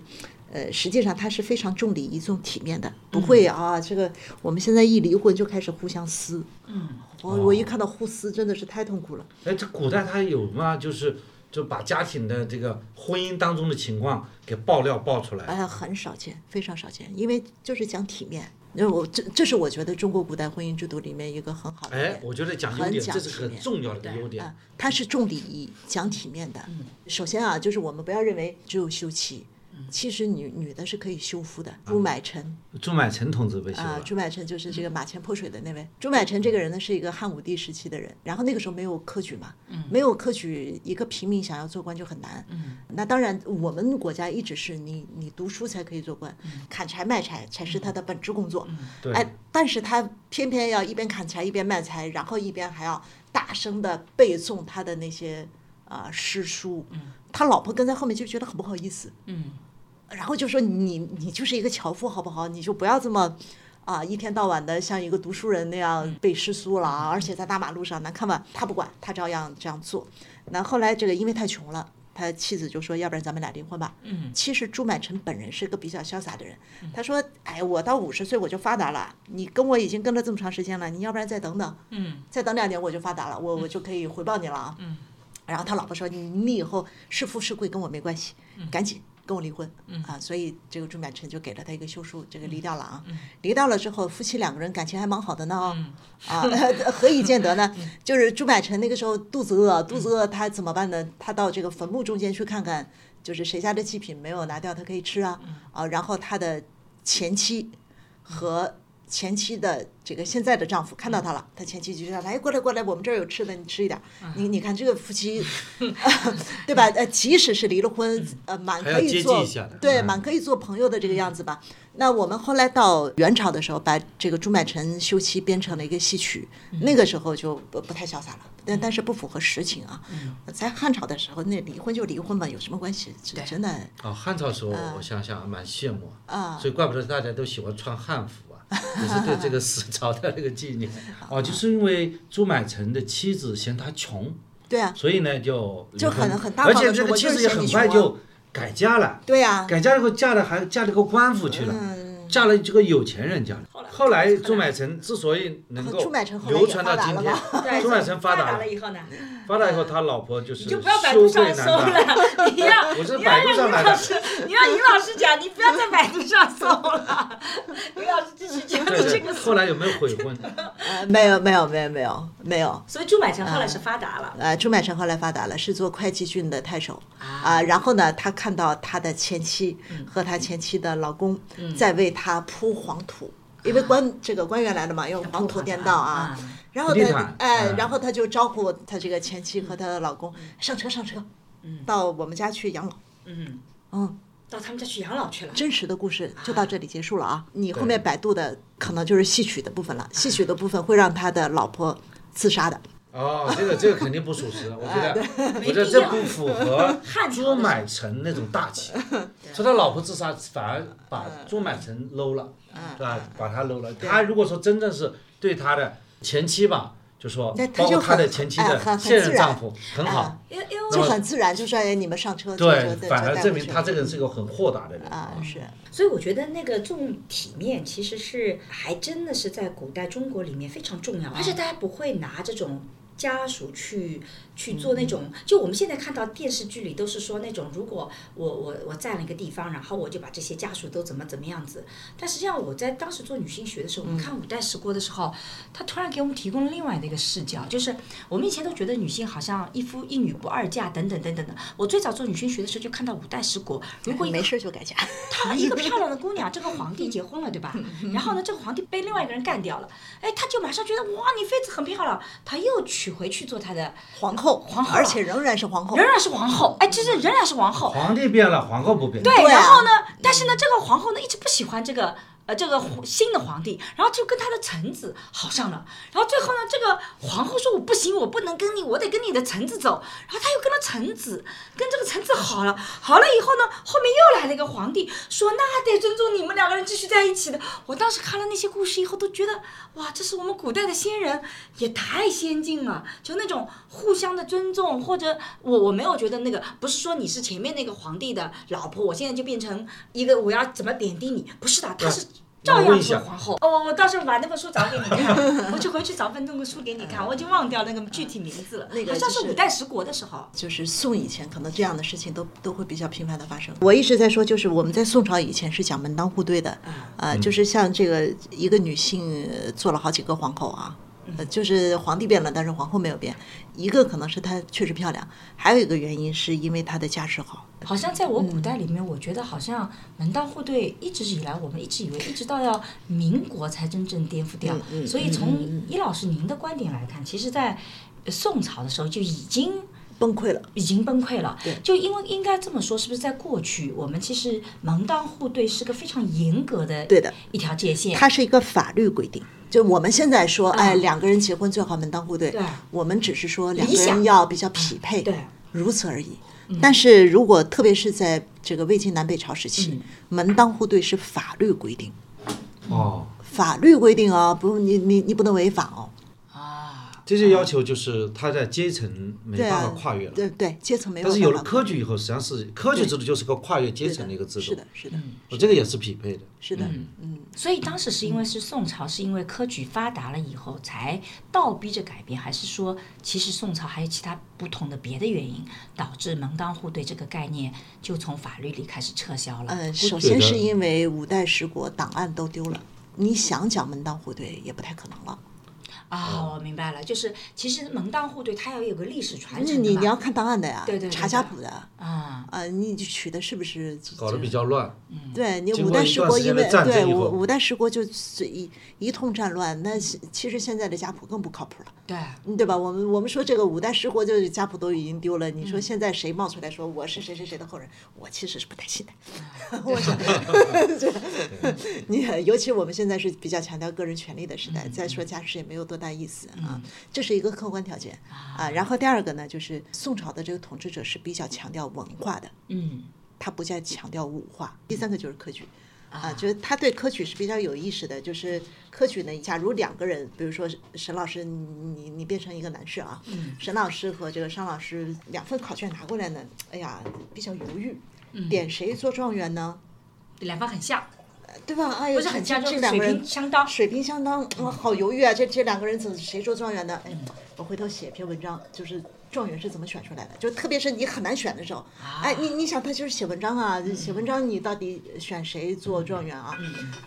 呃，实际上他是非常重礼仪、重体面的，不会啊。这个我们现在一离婚就开始互相撕，嗯，我我一看到互撕真的是太痛苦了。哎，这古代他有吗？就是就把家庭的这个婚姻当中的情况给爆料爆出来。哎呀，很少见，非常少见，因为就是讲体面。那我这这是我觉得中国古代婚姻制度里面一个很好的哎点，我觉得讲优很点，讲这是体很面重要的一个优点啊。，它是重礼仪、讲体面的。首先啊，就是我们不要认为只有休妻，其实女女的是可以修夫的。朱买臣朱买臣同志被休啊了，，朱买臣就是这个马前泼水的那位。朱买臣这个人呢，是一个汉武帝时期的人，然后那个时候没有科举嘛，没有科举，一个平民想要做官就很难。那当然，我们国家一直是你你读书才可以做官，砍柴卖柴才是他的本职工作。对，哎，但是他偏偏要一边砍柴一边卖柴，然后一边还要大声的背诵他的那些啊、呃诗书。他老婆跟在后面就觉得很不好意思。嗯，然后就说你你就是一个樵夫好不好？你就不要这么。啊，一天到晚的像一个读书人那样背诗书了啊，而且在大马路上那看吧，他不管，他照样这样做。那后来这个因为太穷了，他妻子就说，要不然咱们俩离婚吧。嗯，其实朱买臣本人是个比较潇洒的人，他说，哎，我到五十岁我就发达了，你跟我已经跟了这么长时间了，你要不然再等等，嗯，再等两年我就发达了，我我就可嗯以回报你了啊。嗯，然后他老婆说，你你以后是富是贵跟我没关系，赶紧跟我离婚嗯啊，所以这个朱满臣就给了他一个休书，这个嗯离掉了啊嗯。离掉了之后，夫妻两个人感情还蛮好的呢哦嗯啊， 何以见得 呢？就是朱满臣那个时候肚子饿，嗯肚子饿他怎么办呢？他到这个坟墓中间去看看，就是谁家的祭品没有拿掉，他可以吃啊嗯啊。然后他的前妻和前妻的这个现在的丈夫看到他了，他前妻就叫他，哎，过来过来，我们这儿有吃的，你吃一点儿。啊你你看这个夫妻， 对吧？呃，即使是离了婚，呃，蛮还可要以接做济一下的，对，嗯蛮可以做朋友的这个样子吧。那我们后来到元朝的时候，把这个朱买臣休妻编成了一个戏曲，嗯那个时候就不不太潇洒了，但但是不符合实情啊。嗯在汉朝的时候，那离婚就离婚吧，有什么关系？这真的哦，汉朝时候嗯我想想还蛮羡慕啊所以怪不得大家都喜欢穿汉服啊，也是对这个 死朝的那个纪念哦，就是因为朱买臣的妻子嫌他穷，对啊，所以呢就离就婚很很大而方且地这说个我妻就是子也嫌很你快穷啊就改嫁了，对啊嗯呀、改嫁以后嫁了还嫁了个官府去了，嫁了这个有钱人家了。后来朱买臣之所以能够朱买臣后来也流传到今天 发，对朱买臣发达了了，以后呢，发达以后他老婆就是你就不要百度羞上愧搜难当了，你要我是百度上来的，你让于老师讲，你不要在百度上搜 了。于老师继续讲对 这对。个。后来有没 有悔婚？呃没有没有没有没有没有。所以朱买臣后嗯来是发达了，呃，朱买臣后来发达了，是做会稽郡的太守啊、然后呢，他看到他的前妻和他前妻的老公在为他铺黄土，因为官、这个官员来了嘛，用黄土垫道啊。啊然后地他毯哎，嗯然后他就招呼他这个前妻和他的老公上车上车，到我们家去养老。嗯，嗯，到他们家去养老去了。真实的故事就到这里结束了啊！你后对面百度的可能就是戏曲的部分了，戏曲的部分会让他的老婆自杀的。哦，这个这个肯定不属实，我觉啊得，我觉没得必这要不符 合汉朝朱的买臣那种大气。说他老婆自杀，反而把嗯朱买臣搂了，对吧？把他搂了。他如果说真正是对他的前妻吧，就说那他包括就他的很前妻哎的很很现自任然丈夫很好，因为因为就很自然就说哎，你们上车，坐对车，对反就而带证回明去他这个嗯人是个很豁达的人。啊是所以我觉得那个重体面其实是还真的是在古代中国里面非常重要，而啊且大家不会拿这种。家属去去做嗯那种，就我们现在看到电视剧里都是说那种，如果我我我占了一个地方，然后我就把这些家属都怎么怎么样子。但实际上我在当时做女性学的时候，我嗯们看五代十国的时候，他突然给我们提供了另外的一个视角，就是我们以前都觉得女性好像一夫一女不二嫁等等等等的。我最早做女性学的时候就看到五代十国，如果一个没事就改嫁。她啊一个漂亮的姑娘，这个皇帝结婚了，对 吧？然后呢，这个皇帝被另外一个人干掉了，哎，她就马上觉得哇，你妃子很漂亮，她又娶回去做她的，皇后，皇后而且仍然是皇后仍，然是皇后，哎，这是仍然是皇后。皇帝变了，皇后不变。对，对啊然后呢，但是呢，这个皇后呢一直不喜欢这个。呃，这个皇新的皇帝，然后就跟他的臣子好上了，然后最后呢，这个皇后说我不行，我不能跟你，我得跟你的臣子走，然后他又跟了臣子，跟这个臣子好了，好了以后呢，后面又来了一个皇帝，说那得尊重你们两个人继续在一起的。我当时看了那些故事以后，都觉得哇，这是我们古代的先人，也太先进了，就那种互相的尊重，或者我我没有觉得那个不是说你是前面那个皇帝的老婆，我现在就变成一个我要怎么贬低你，不是的，他是。照我问样一是下皇后哦，我到时候把那本书找给你看，我就回去找份那个书给你看，我已经忘掉那个具体名字了，那个好像就是是五代十国的时候，就是宋以前可能这样的事情都都会比较频繁的发生。我一直在说，就是我们在宋朝以前是讲门当户对嗯的，呃，就是像这个一个女性呃做了好几个皇后啊。嗯呃，就是皇帝变了，但是皇后没有变。一个可能是她确实漂亮，还有一个原因是因为她的家世好。好像在我古代里嗯面，我觉得好像门当户对，一直以来我们一直以为，一直到要民国才真正颠覆掉。嗯所以从伊老师您的观点来看，其实，在宋朝的时候就已经崩溃了，已经崩溃了。就因为应该这么说，是不是在过去我们其实门当户对是个非常严格的对的一条界限？它是一个法律规定。就我们现在说，哎，两个人结婚最好门当户对嗯对，我们只是说两个理想人要比较匹配，对嗯如此而已。但是如果特别是在这个魏晋南北朝时期，嗯门当户对是法律规定，哦，法律规定啊，不，你你你不能违法哦。啊，这些要求就是他在阶层没对办法啊，跨越了。对对，阶层没有但办法跨是越。有了科举以后，实际上是科举制度就是个跨越阶层的一个制是度的，，是的，嗯我这个也是匹配的。是的，嗯，所以当时是因为是宋朝，是因为科举发达了以后才倒逼着改变，还是说其实宋朝还有其他不同的别的原因，导致门当户对这个概念就从法律里开始撤销了？呃，首觉先是得因为五代十国档案都丢了，你想讲门当户对也不太可能了。啊，我明白了，就是其实门当户对它要有个历史传那承的你嘛你要看档案的呀，对对对查家谱的啊、啊，你取的是不是搞得比较？较乱，对你经五过代一十段国时因间的为战对争以后五五代十国就是一一通战乱，那是其实现在的家谱更不靠谱了，对，嗯对吧？我们我们说这个五代十国就是家谱都已经丢了，你说现在谁冒出来说我是谁谁谁的后人，我其实是不太信的。 我想，这你尤其我们现在是比较强调个人权利的时代，再说家世也没有多大意思啊，这是一个客观条件啊。然后第二个呢，就是宋朝的这个统治者是比较强调文化的，嗯，他不再强调武化。第三个就是科举。啊，就是他对科举是比较有意识的，就是科举呢，假如两个人，比如说沈老师，你你你变成一个男士啊，嗯沈老师和这个商老师两份考卷拿过来呢，哎呀，比较犹豫，嗯嗯点谁做状元呢？两方很像，对吧？哎呦，不是很像，这就这是两水个人平相当。水平相当，哇，好犹豫啊！这这两个人怎么谁做状元呢？哎，嗯我回头写篇文章，就是状元是怎么选出来的，就特别是你很难选的时候，啊哎，你你想他就是写文章啊，写文章你到底选谁做状元啊？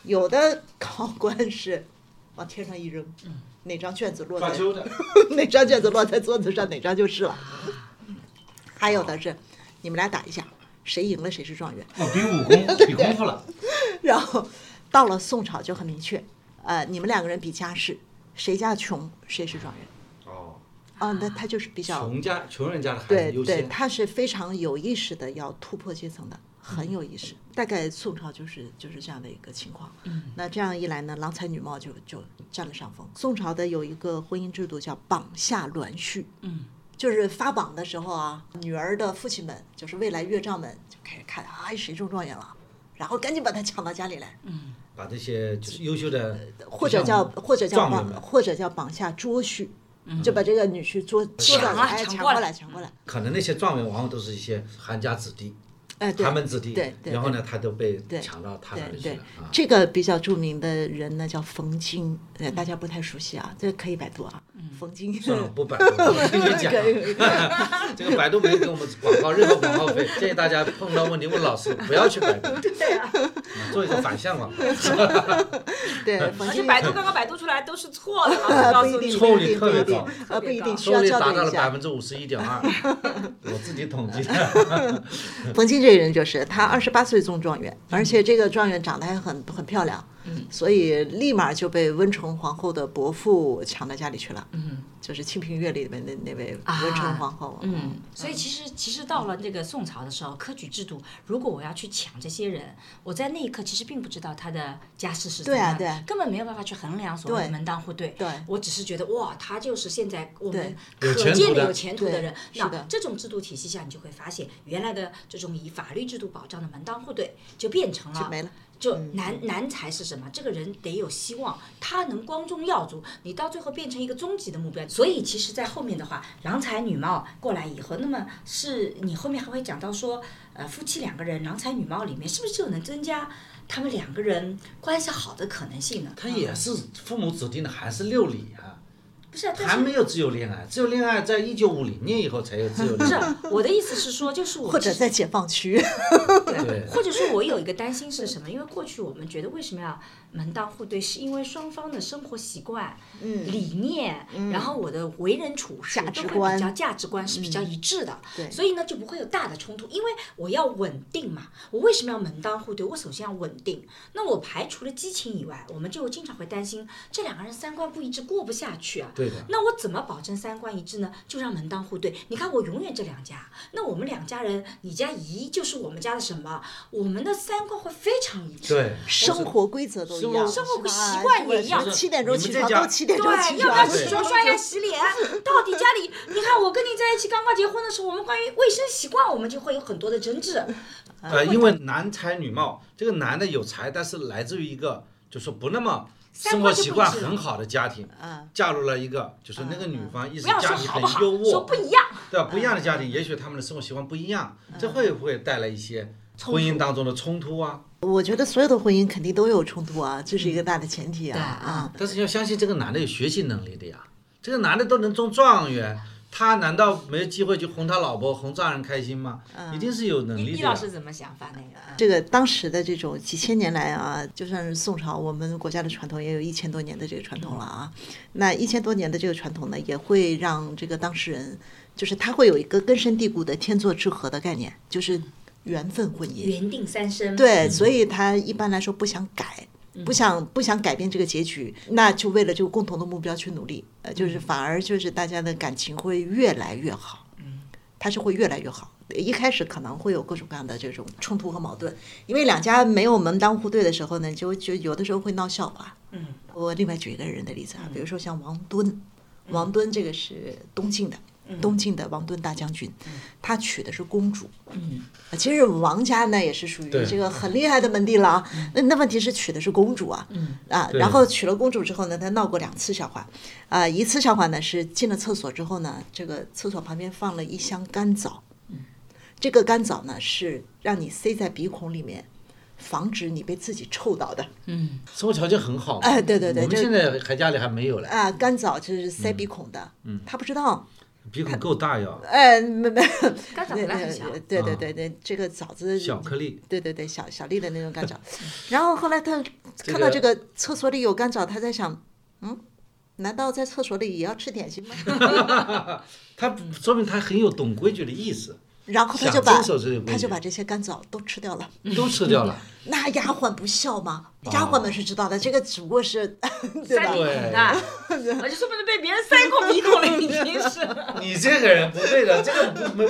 有的考官是往天上一扔，哪张卷子落在的。 哪张卷子落在桌子上，哪张就是了。嗯还有的是，你们俩打一下，谁赢了谁是状元。 哦，比武功，比功夫 了。然后到了宋朝就很明确，呃，你们两个人比家世，谁家穷谁是状元。哦，啊，那他就是比较穷家穷人家的孩对子优对，先。他是非常有意识的要突破阶层的，很有意识。大概宋朝就是就是这样的一个情况。嗯，那这样一来呢，郎才女貌就就占了上风。宋朝的有一个婚姻制度叫榜下鸾婿。嗯。就是发榜的时候啊，女儿的父亲们，就是未来岳丈们，就开始看，哎，谁中状元了，然后赶紧把他抢到家里来，把这些就是优秀的，呃或者叫就像或者叫状元榜们，或者叫榜下捉婿，就把这个女婿捉捉抢到了了哎，抢抢过过来来，抢过来，可能那些状元往往都是一些韩家子弟、哎，啊对寒门子弟对，对然后呢，他都被对抢到他那对里去对了 啊，。这个比较著名的人呢叫冯京，呃，大家不太熟悉嗯啊，这可以百度啊，冯京。算 了，不百度了，我跟你讲可以啊，这个百度没有给我们广告任何广告费，建议大家碰到问题问老师，不要去百 度，啊嗯做一个反向广告，对，冯而且京百度刚刚百度出来都是错的， 我告不诉一定，你。错误率不特别一定高，呃，不一定需收要益校达到对一了百下。分之五十一点二， 我自己统计的。冯京这个人就是，他二十八岁中状元，而且这个状元长得还很很漂亮，所以立马就被温成皇后的伯父抢到家里去了，嗯，就是《清平乐》里面的那位啊温成皇后，嗯，所以其实其实到了这个宋朝的时候，科举制度，如果我要去抢这些人，我在那一刻其实并不知道他的家世是怎么样的，对啊对啊根本没有办法去衡量所谓的对门当户对。对我只是觉得哇，他就是现在我们可有前途见的有前途的人。对是那的这种制度体系下，你就会发现原来的这种以法律制度保障的门当户对，就变成了就没了。就嗯难难才是什么？这个人得有希望，他能光宗耀祖，你到最后变成一个终极的目标。所以其实，在后面的话，郎才女貌过来以后，那么是你后面还会讲到说，呃，夫妻两个人郎才女貌里面，是不是就能增加他们两个人关系好的可能性呢？啊他也是父母指定的，还是六礼啊，不是啊，但还是没有自由恋爱，自由恋爱在一九五零年以后才有自由不恋是爱，我的意思是说，就是我或者之在解放区，对，或者说，我有一个担心是什么？因为过去我们觉得为什么要门当户对，是因为双方的生活习惯、理念，然后我的为人处事嗯价值都会观比较价值观是比较嗯一致的，对所以呢就不会有大的冲突。因为我要稳定嘛，我为什么要门当户对？我首先要稳定。那我排除了激情以外，我们就经常会担心这两个人三观不一致，过不下去啊。对的那我怎么保证三观一致呢？就让门当户对。你看我永远这两家，那我们两家人，你家姨就是我们家的什么？我们的三观会非常一致。对，生活规则都一样，生活是吧习惯也一样是吧七点钟起你们床这家都七点钟对，起要不要床，洗手、刷牙、洗脸？到底家里，你看我跟你在一起刚刚结婚的时候，我们关于卫生习惯，我们就会有很多的争执。呃，因为男才女貌，这个男的有才，但是来自于一个就说不那么三生观就不活嗯习惯一致很好的家庭，啊，嫁入了一个就是那个女方意嗯识不要家说庭好很不好，优说不渥，啊一样，嗯对吧？不一样的家庭，也许他们的生活习惯不一样，这会不会带来一些婚姻当中的冲突啊？我觉得所有的婚姻肯定都有冲突啊，这是一个大的前提啊对啊。但是你要相信这个男的有学习能力的呀，这个男的都能中状元，他难道没有机会去哄他老婆、哄丈人开心吗？嗯一定是有能你力的你老呀。师怎么想法那个？这个当时的这种几千年来啊，就算是宋朝，我们国家的传统也有一千多年的这个传统了啊。那一千多年的这个传统呢，也会让这个当事人，就是他会有一个根深蒂固的天作之合的概念，就是缘分婚姻。缘定三生，对，所以他一般来说不想改，不想不想改变这个结局，那就为了这个共同的目标去努力，呃，就是反而就是大家的感情会越来越好，它是会越来越好。一开始可能会有各种各样的这种冲突和矛盾，因为两家没有门当户对的时候呢，就就有的时候会闹笑话。嗯，我另外举一个人的例子啊，比如说像王敦，王敦这个是东晋的，嗯东晋的王敦大将军，他娶的是公主。嗯，其实王家呢也是属于对这个很厉害的门第了啊。那那问题是娶的是公主啊，啊，对然后娶了公主之后呢，他闹过两次笑话，啊、一次笑话呢是进了厕所之后呢，这个厕所旁边放了一箱干枣，这个干枣呢是让你塞在鼻孔里面。防止你被自己臭到的生活条件很好嘛，哎对对对哦我们就现在还家里还没有嘞，啊，干枣就是塞鼻孔的，嗯，他不知道，鼻孔够 大呀，哎，没没，刚长对回来很对小，对对对对，这个枣子小颗粒，对对对，小小粒的那种干 枣。然后后来他这看到个这个厕所里有干枣，他在想，嗯，难道在厕所里也要吃点 心吗？他说明他很有懂规矩的意思，然后他想就把遵守这个规矩他就把这些干枣都吃掉了。都吃掉 了，那丫鬟不孝吗？啊丫鬟们是知道的，这个只不过是 对塞吧鼻？孔对的，我就说不定被别人塞过鼻孔了，已经是。你这个人不对的，这个不没，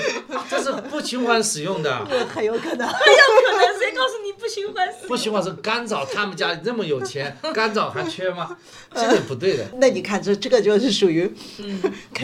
这是不循环使用的。很有可可能。 能谁告诉你不循环不循环是干枣，他们家那么有 钱，干枣还缺吗？嗯这个不对的，那你看，这这个就是属于，肯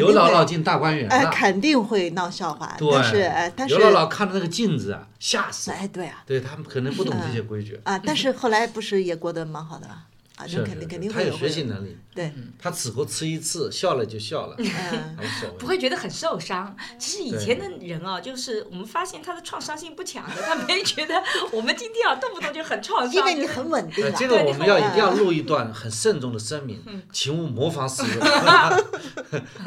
定刘姥会姥进大观园哎，了，肯定会闹笑话。对但是哎，但是刘姥姥看着那个镜子啊，吓死了。哎，对啊，对他们可能不懂这些规矩， 啊，但是后来不是也过得蛮好的啊？啊，是那是肯定是肯定他会有会学习能力，对，他此后吃一次，笑了就笑了，嗯，无所不谓。会觉得很受伤。其实以前的人哦，就是我们发现他的创伤性不强的，他 没觉得我们今天啊动不动就很创伤。因为你很稳定呃，啊这。个我们要一对嗯定要录一段很慎重的声明，请勿模仿使用，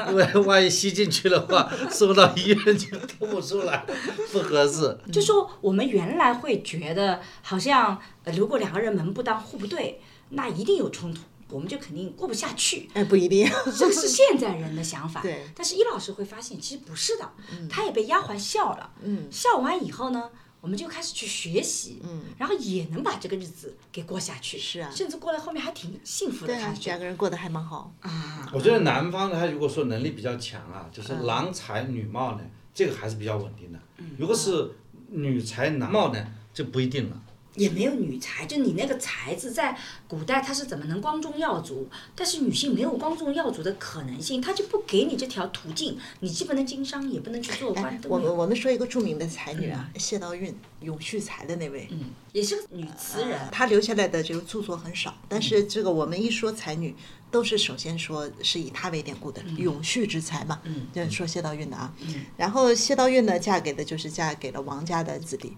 因为万一吸进去的话，送到医院就吐不出来， 不合适。就说我们原来会觉得，好像、呃、如果两个人门不当户不对，那一定有冲突，我们就肯定过不下 去。哎，不一定。这个是现在人的想法。对但是易老师会发现，其实不是的，他也被丫鬟笑了。嗯笑完以后呢，我们就开始去学习，嗯然后也能把这个日子给过下去。是啊甚至过来后面还挺幸福的对啊感，觉两个人过得还蛮好。啊。我觉得南方呢，他如果说能力比较强啊，就是嗯郎才女貌呢，这个还是比较稳定的。如果是女才男貌呢，就不一定了。也没有女才，就你那个才字，在古代它是怎么能光宗耀祖？但是女性没有光宗耀祖的可能性，她就不给你这条途径，你既不能经商，也不能去做哎官，，都我没们有。我们说一个著名的才女啊，嗯谢道韫，咏絮才的那位，也是个女词人，她嗯留下来的这个著作很少，但是这个我们一说才女，都是首先说是以她为典故的咏絮之才嘛，就是说谢道韫的啊。然后谢道韫呢，嫁给的就是嫁给了王家的子弟。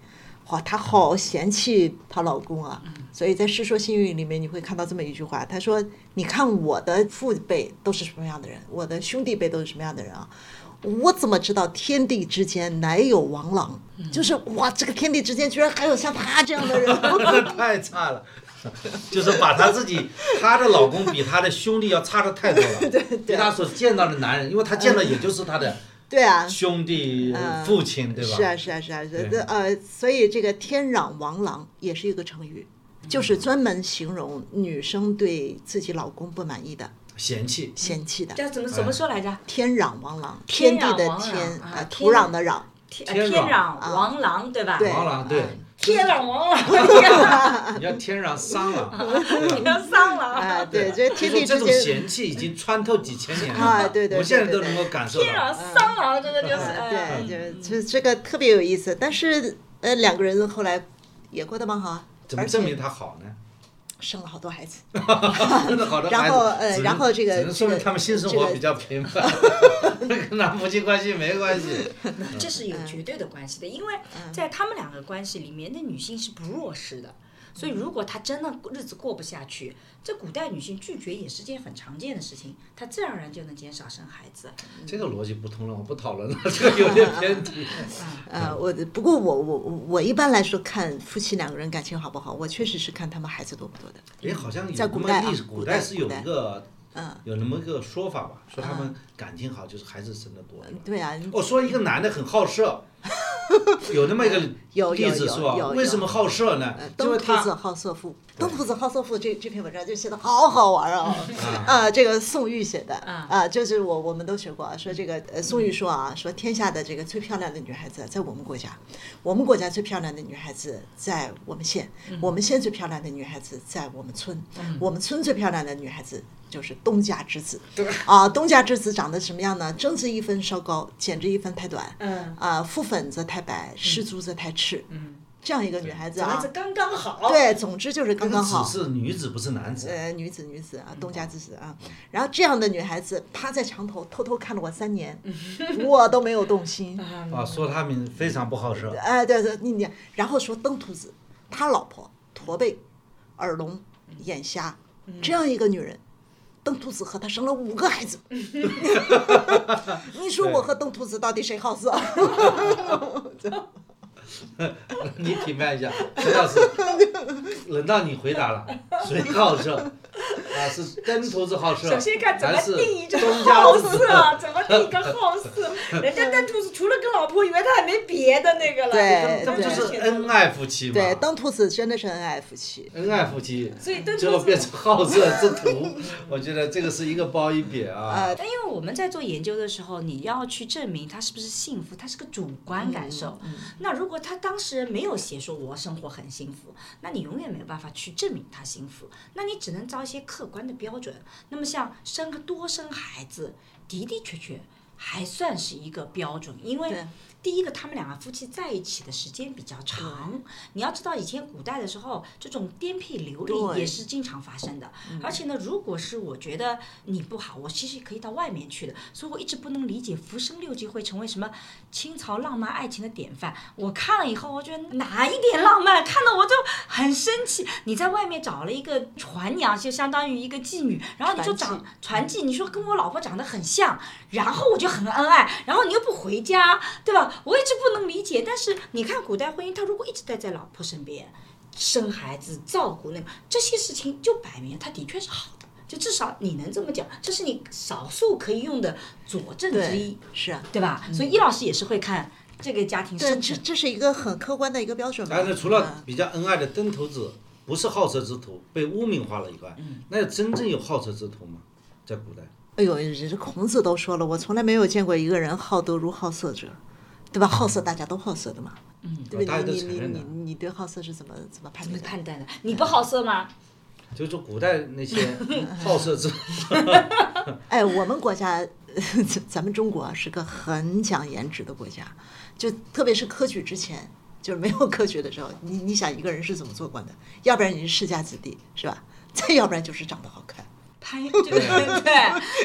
哇，她好嫌弃她老公啊，所以在《世说新语》里面你会看到这么一句话，她说：“你看我的父辈都是什么样的人，我的兄弟辈都是什么样的人啊，我怎么知道天地之间乃有王郎？就是哇，这个天地之间居然还有像他这样的人， 太差了，就是把她自己，她的老公比她的兄弟要差的太 多了。比她所见到的男人，因为她见到也就是她的对啊，兄弟、父亲，对吧？是啊，是啊，是啊，这对呃，所以这个“天壤王郎”也是一个成语，嗯就是专门形容女生对自己老公不满意的、嫌弃。嫌弃的。叫怎么怎么说来着？天壤王郎，天地壤的王郎天，啊呃，天土壤的 壤，天呃天壤天壤王郎对吧？对啊王郎对，天壤王郎，你要天壤 桑郎，你要上郎，啊，对，这天地这之种间，嫌弃已经穿透几千年了。啊对对我现在对都对能够感受天到。壤桑郎，真的就是啊哎对，嗯就是这这个特别有意思。但是呃，两个人后来也过得蛮好啊，怎么而证且明他好呢？生了好多孩子，真的好的啊 然孩子后呃只能然后这个只能说明这个他们性生这活个比较 频繁，跟男夫妻关系没关系。这是嗯有绝对的关系的，因为在他们两个关系里面，那女性是不弱势的。所以，如果她真的日子过不下去，这古代女性拒绝也是件很常见的事情，她自然而然就能减少生孩子。这个逻辑不通了，我不讨论了， 这个有点 偏题。嗯呃，我的不过我我我我一般来说看夫妻两个人感情好不好，我确实是看他们孩子多不多的。哎，好像有在那古么代啊历史，古古代代是有古代一个嗯，有那么一个说法吧，说他们感情好就是孩子生的多。是吧对啊，我说一个男的很好色，有那么一个嗯有有例子有是吧有？有为什么好色呢呃，？因东为土他子好色赋，东土子好色赋这这篇文章就写的好好玩啊！嗯啊，这个宋玉写的啊，就是我我们都学过啊，说这个呃宋玉说啊，说天下的这个最漂亮的女孩子在我们国家，我们国家最漂亮的女孩子在我们县，我们县最漂亮的女孩子在我们村，我们村最漂亮的女孩子。就是东家之子，啊，东家之子长得什么样呢？蒸之一分稍高，减之一分太短，嗯，啊，敷粉则太白，施足则太赤，嗯，这样一个女孩子啊，孩子刚刚好。对，总之就是刚刚好只。是女哦子不嗯是男子，呃，女子女子啊，东家之子啊，然后这样的女孩子趴在墙头偷偷看了我三年，嗯 我都没有动心。啊，说他们非常不好色。哎，对对，你你，然后说登徒子，他老婆驼背、耳聋、嗯眼瞎，这样一个女人，登徒子和他生了五个 孩子。你说我和登徒子到底谁好色？ 你评判一下，陈老师，轮到你回答了，谁好色？啊，是跟投资好色，首先看怎么还是定义这个东家好之子色，怎么定一个好色？人家登兔子除了跟老婆以外，他还没别的那个了。对他们就对是恩爱夫妻嘛。对，登徒子真的是恩爱夫妻。恩爱夫妻，所以登最兔后变子。成好色之徒，我觉得这个是一个褒一贬啊。呃，但因为我们在做研究的时候，你要去证明他是不是幸福，他是个主观感受。那如果他当事人没有写说我生活很幸福，那你永远没有办法去证明他幸福，那你只能找一些客观的标准。那么像生多生孩子，的的确确还算是一个标准，因为对第一个他们两个夫妻在一起的时间比较长。你要知道，以前古代的时候，这种颠沛流离对嗯也是经常发生的。而且呢，如果是我觉得你不好，我其实可以到外面去的。所以我一直不能理解《浮生六记》会成为什么清朝浪漫爱情的典范。我看了以后，我觉得哪一点浪漫，看到我就很生气。你在外面找了一个船娘，就相当于一个妓女，然后你说长传记，你说跟我老婆长得很像，然后我就很恩爱，然后你又不回家，对吧？我一直不能理解。但是你看古代婚姻，他如果一直待在老婆身边，生孩子、照顾那个这些事情，就摆明他的确是好的。就至少你能这么讲，这是你少数可以用的佐证之对一，，是啊，对吧？所以易老师也是会看这个家庭对，生这成。这是一个很客观的一个标准嘛。但是哎除嗯了比较恩爱的登徒子不是好色之徒，被污名化了以外，嗯那真正有好色之徒吗？在古代，哎呦，这孔子都说了，我从来没有见过一个人好德如好色者，对吧？好色大家都好色的嘛，嗯，对大吧？家都你承你你认的你你对好色是怎么怎么判怎么断的？判断的？你不好色吗？就是说古代那 些好色之哎，我们国家， 咱咱们中国啊是个很讲颜值的国家，就特别是科举之前，就是没有科举的时候，你你想一个人是怎么做官的？要不然你是世家子弟，是吧？再要不然就是长得好看。攀 对对对，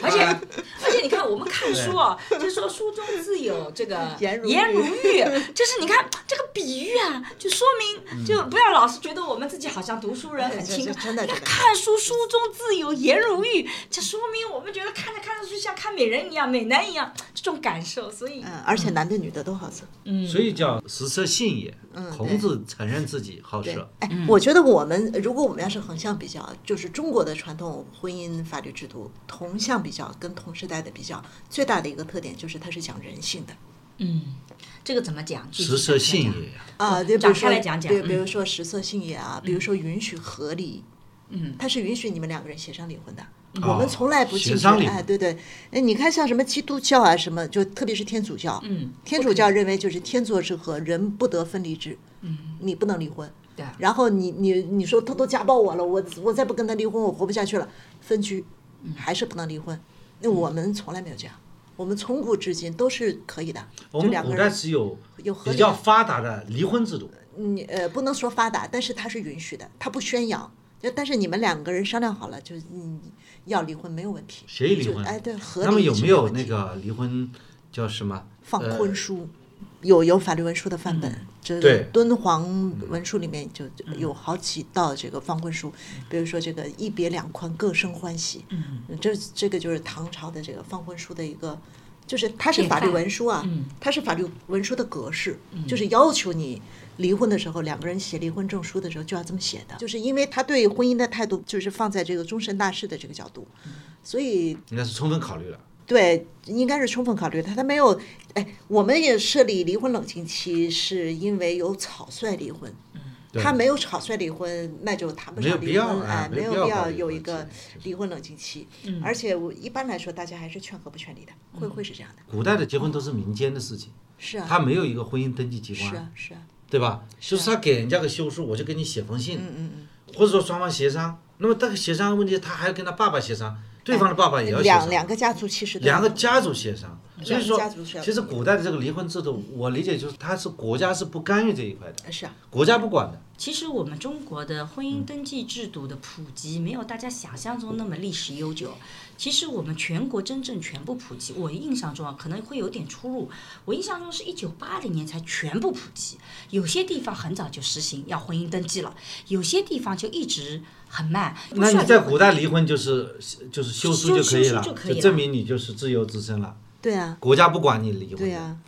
而且啊而且你看，我们看书哦，就说书中自有这个颜如玉颜如玉，就是你看这个比喻啊，就说嗯明就不要老是觉得我们自己好像读书人很清这高这，真的你看真的看书书中自有颜如玉，这说明我们觉得看着看着就像看美人一样、美男一样这种感受，所以嗯嗯，而且男的女的都好色。所以叫食色性也。嗯对孔子承认自己好对色，，哎，我觉得我们如果我们要是横向比较，就是中国的传统婚姻法律制度，同向比较跟同时代的比较，最大的一个特点就是它是讲人性的嗯这个怎么讲？具体食色性讲讲也呀。啊，对，比展如开说来讲讲对，嗯比如说食色性也啊，比如说允许和离，嗯，它是允许你们两个人协商离婚的。我们从来不协禁止，商离哎，对对，哎，你看像什么基督教啊，什么就特别是天主教，嗯，天主教认为就是天作之合，人不得分离制，嗯，你不能离婚，对然后你你你说他都家暴我了，我我再不跟他离婚，我活不下去了，分居，还是不能离婚，那我们从来没有这样，我们从古至今都是可以的，我就们两个古代人是有有合比理较的发达的离婚制度，你呃不能说发达，但是它是允许的，它不宣扬。就但是你们两个人商量好了，就是你要离婚没有问题，协议离就婚哎，对，合理那么有是没有问那题个离婚叫什么？放呃婚书？有有法律文书的范本，这对敦煌文书里面就有好几道这个放婚书，比如说这个一别两宽各生欢喜，嗯这这个就是唐朝的这个放婚书的一个，就是它是典法律范文书啊，嗯它是法律文书的格式，就是要求你离婚的时候，两个人写离婚证书的时候就要这么写的，就是因为他对婚姻的态度就是放在这个终身大事的这个角度，所以应该是充分考虑了。对，应该是充分考虑他，他没有，哎，我们也设立离婚冷静期，是因为有草率离婚，对他没有草率离婚，那就谈不没有上必离要婚，哎哎，没没有有必要必搞要离有婚一个是是离婚冷静期，而且我一般来说大家还是劝和不劝离的，会会是这样的，古代的结婚都是民间的事情，是啊，嗯他没有一个婚姻登记机是关啊，，是啊，嗯对吧？就是他给人家个休书，我就给你写封信，或者说双方协商。那么这个协商的问题，他还要跟他爸爸协商，对方的爸爸也要协两商，两个家族其实都两个家族协商。所以说家族是，要其实古代的这个离婚制度，我理解就是他是国家是不干预这一块的，是啊，国家不管的。其实我们中国的婚嗯姻登记制度的普及，没有大家想象中那么历史悠久。其实我们全国真正全部普及，我印象中啊可能会有点出入。我印象中是一九八零年才全部普及，有些地方很早就实行要婚姻登记了，有些地方就一直很慢。不那需你啊要离在婚古代离婚就是就是休休书就可以休书了，就可以了证明你就是自由之身了，对啊，国家不管你离婚。对啊，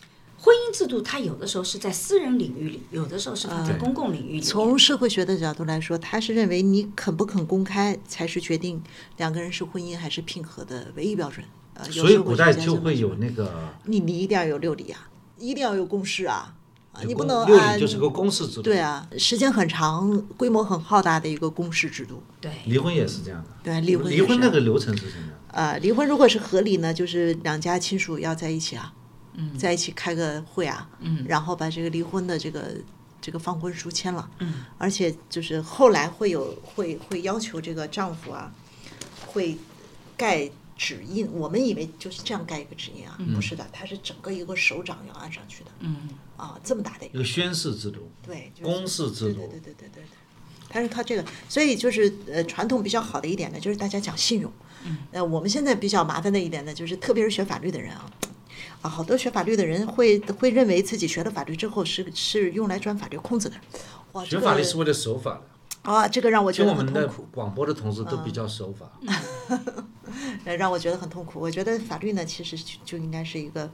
婚姻制度，它有的时候是在私人领域里，有的时候是放嗯在公共领域里面。从社会学的角度来说，他是认为你肯不肯公开才是决定两个人是婚姻还是聘合的唯一标准。呃，有所以社会古学代家就这么会说有那个，你你一定要有六礼啊，一定要有共识啊，啊你不能六按礼就是个公示制度。对，啊，时间很长、规模很浩大的一个公示制度。对，离婚也是这样的。对啊离婚离婚也是那个流程是什么样的？呃，离婚如果是合理呢，就是两家亲属要在一起啊，嗯，在一起开个会啊，嗯，然后把这个离婚的这个这个放婚书签了，嗯，而且就是后来会有会会要求这个丈夫啊，会盖指印，我们以为就是这样盖一个指印啊，不是的，它是整个一个手掌要按上去的，嗯，啊，这么大的一一个，个宣誓制度，对，就是公示制对度对对对对对对。它是靠这个，所以就是呃，传统比较好的一点呢，就是大家讲信用。嗯。呃，我们现在比较麻烦的一点呢，就是特别是学法律的人啊，啊，好多学法律的人会会认为自己学了法律之后是是用来钻法律空子的。哇，学这法律个是为了守法的。啊，这个让我觉听得我很们痛的苦，嗯广播的同事都比较守法，呃让我觉得很痛苦。我觉得法律呢，其实就就应该是一个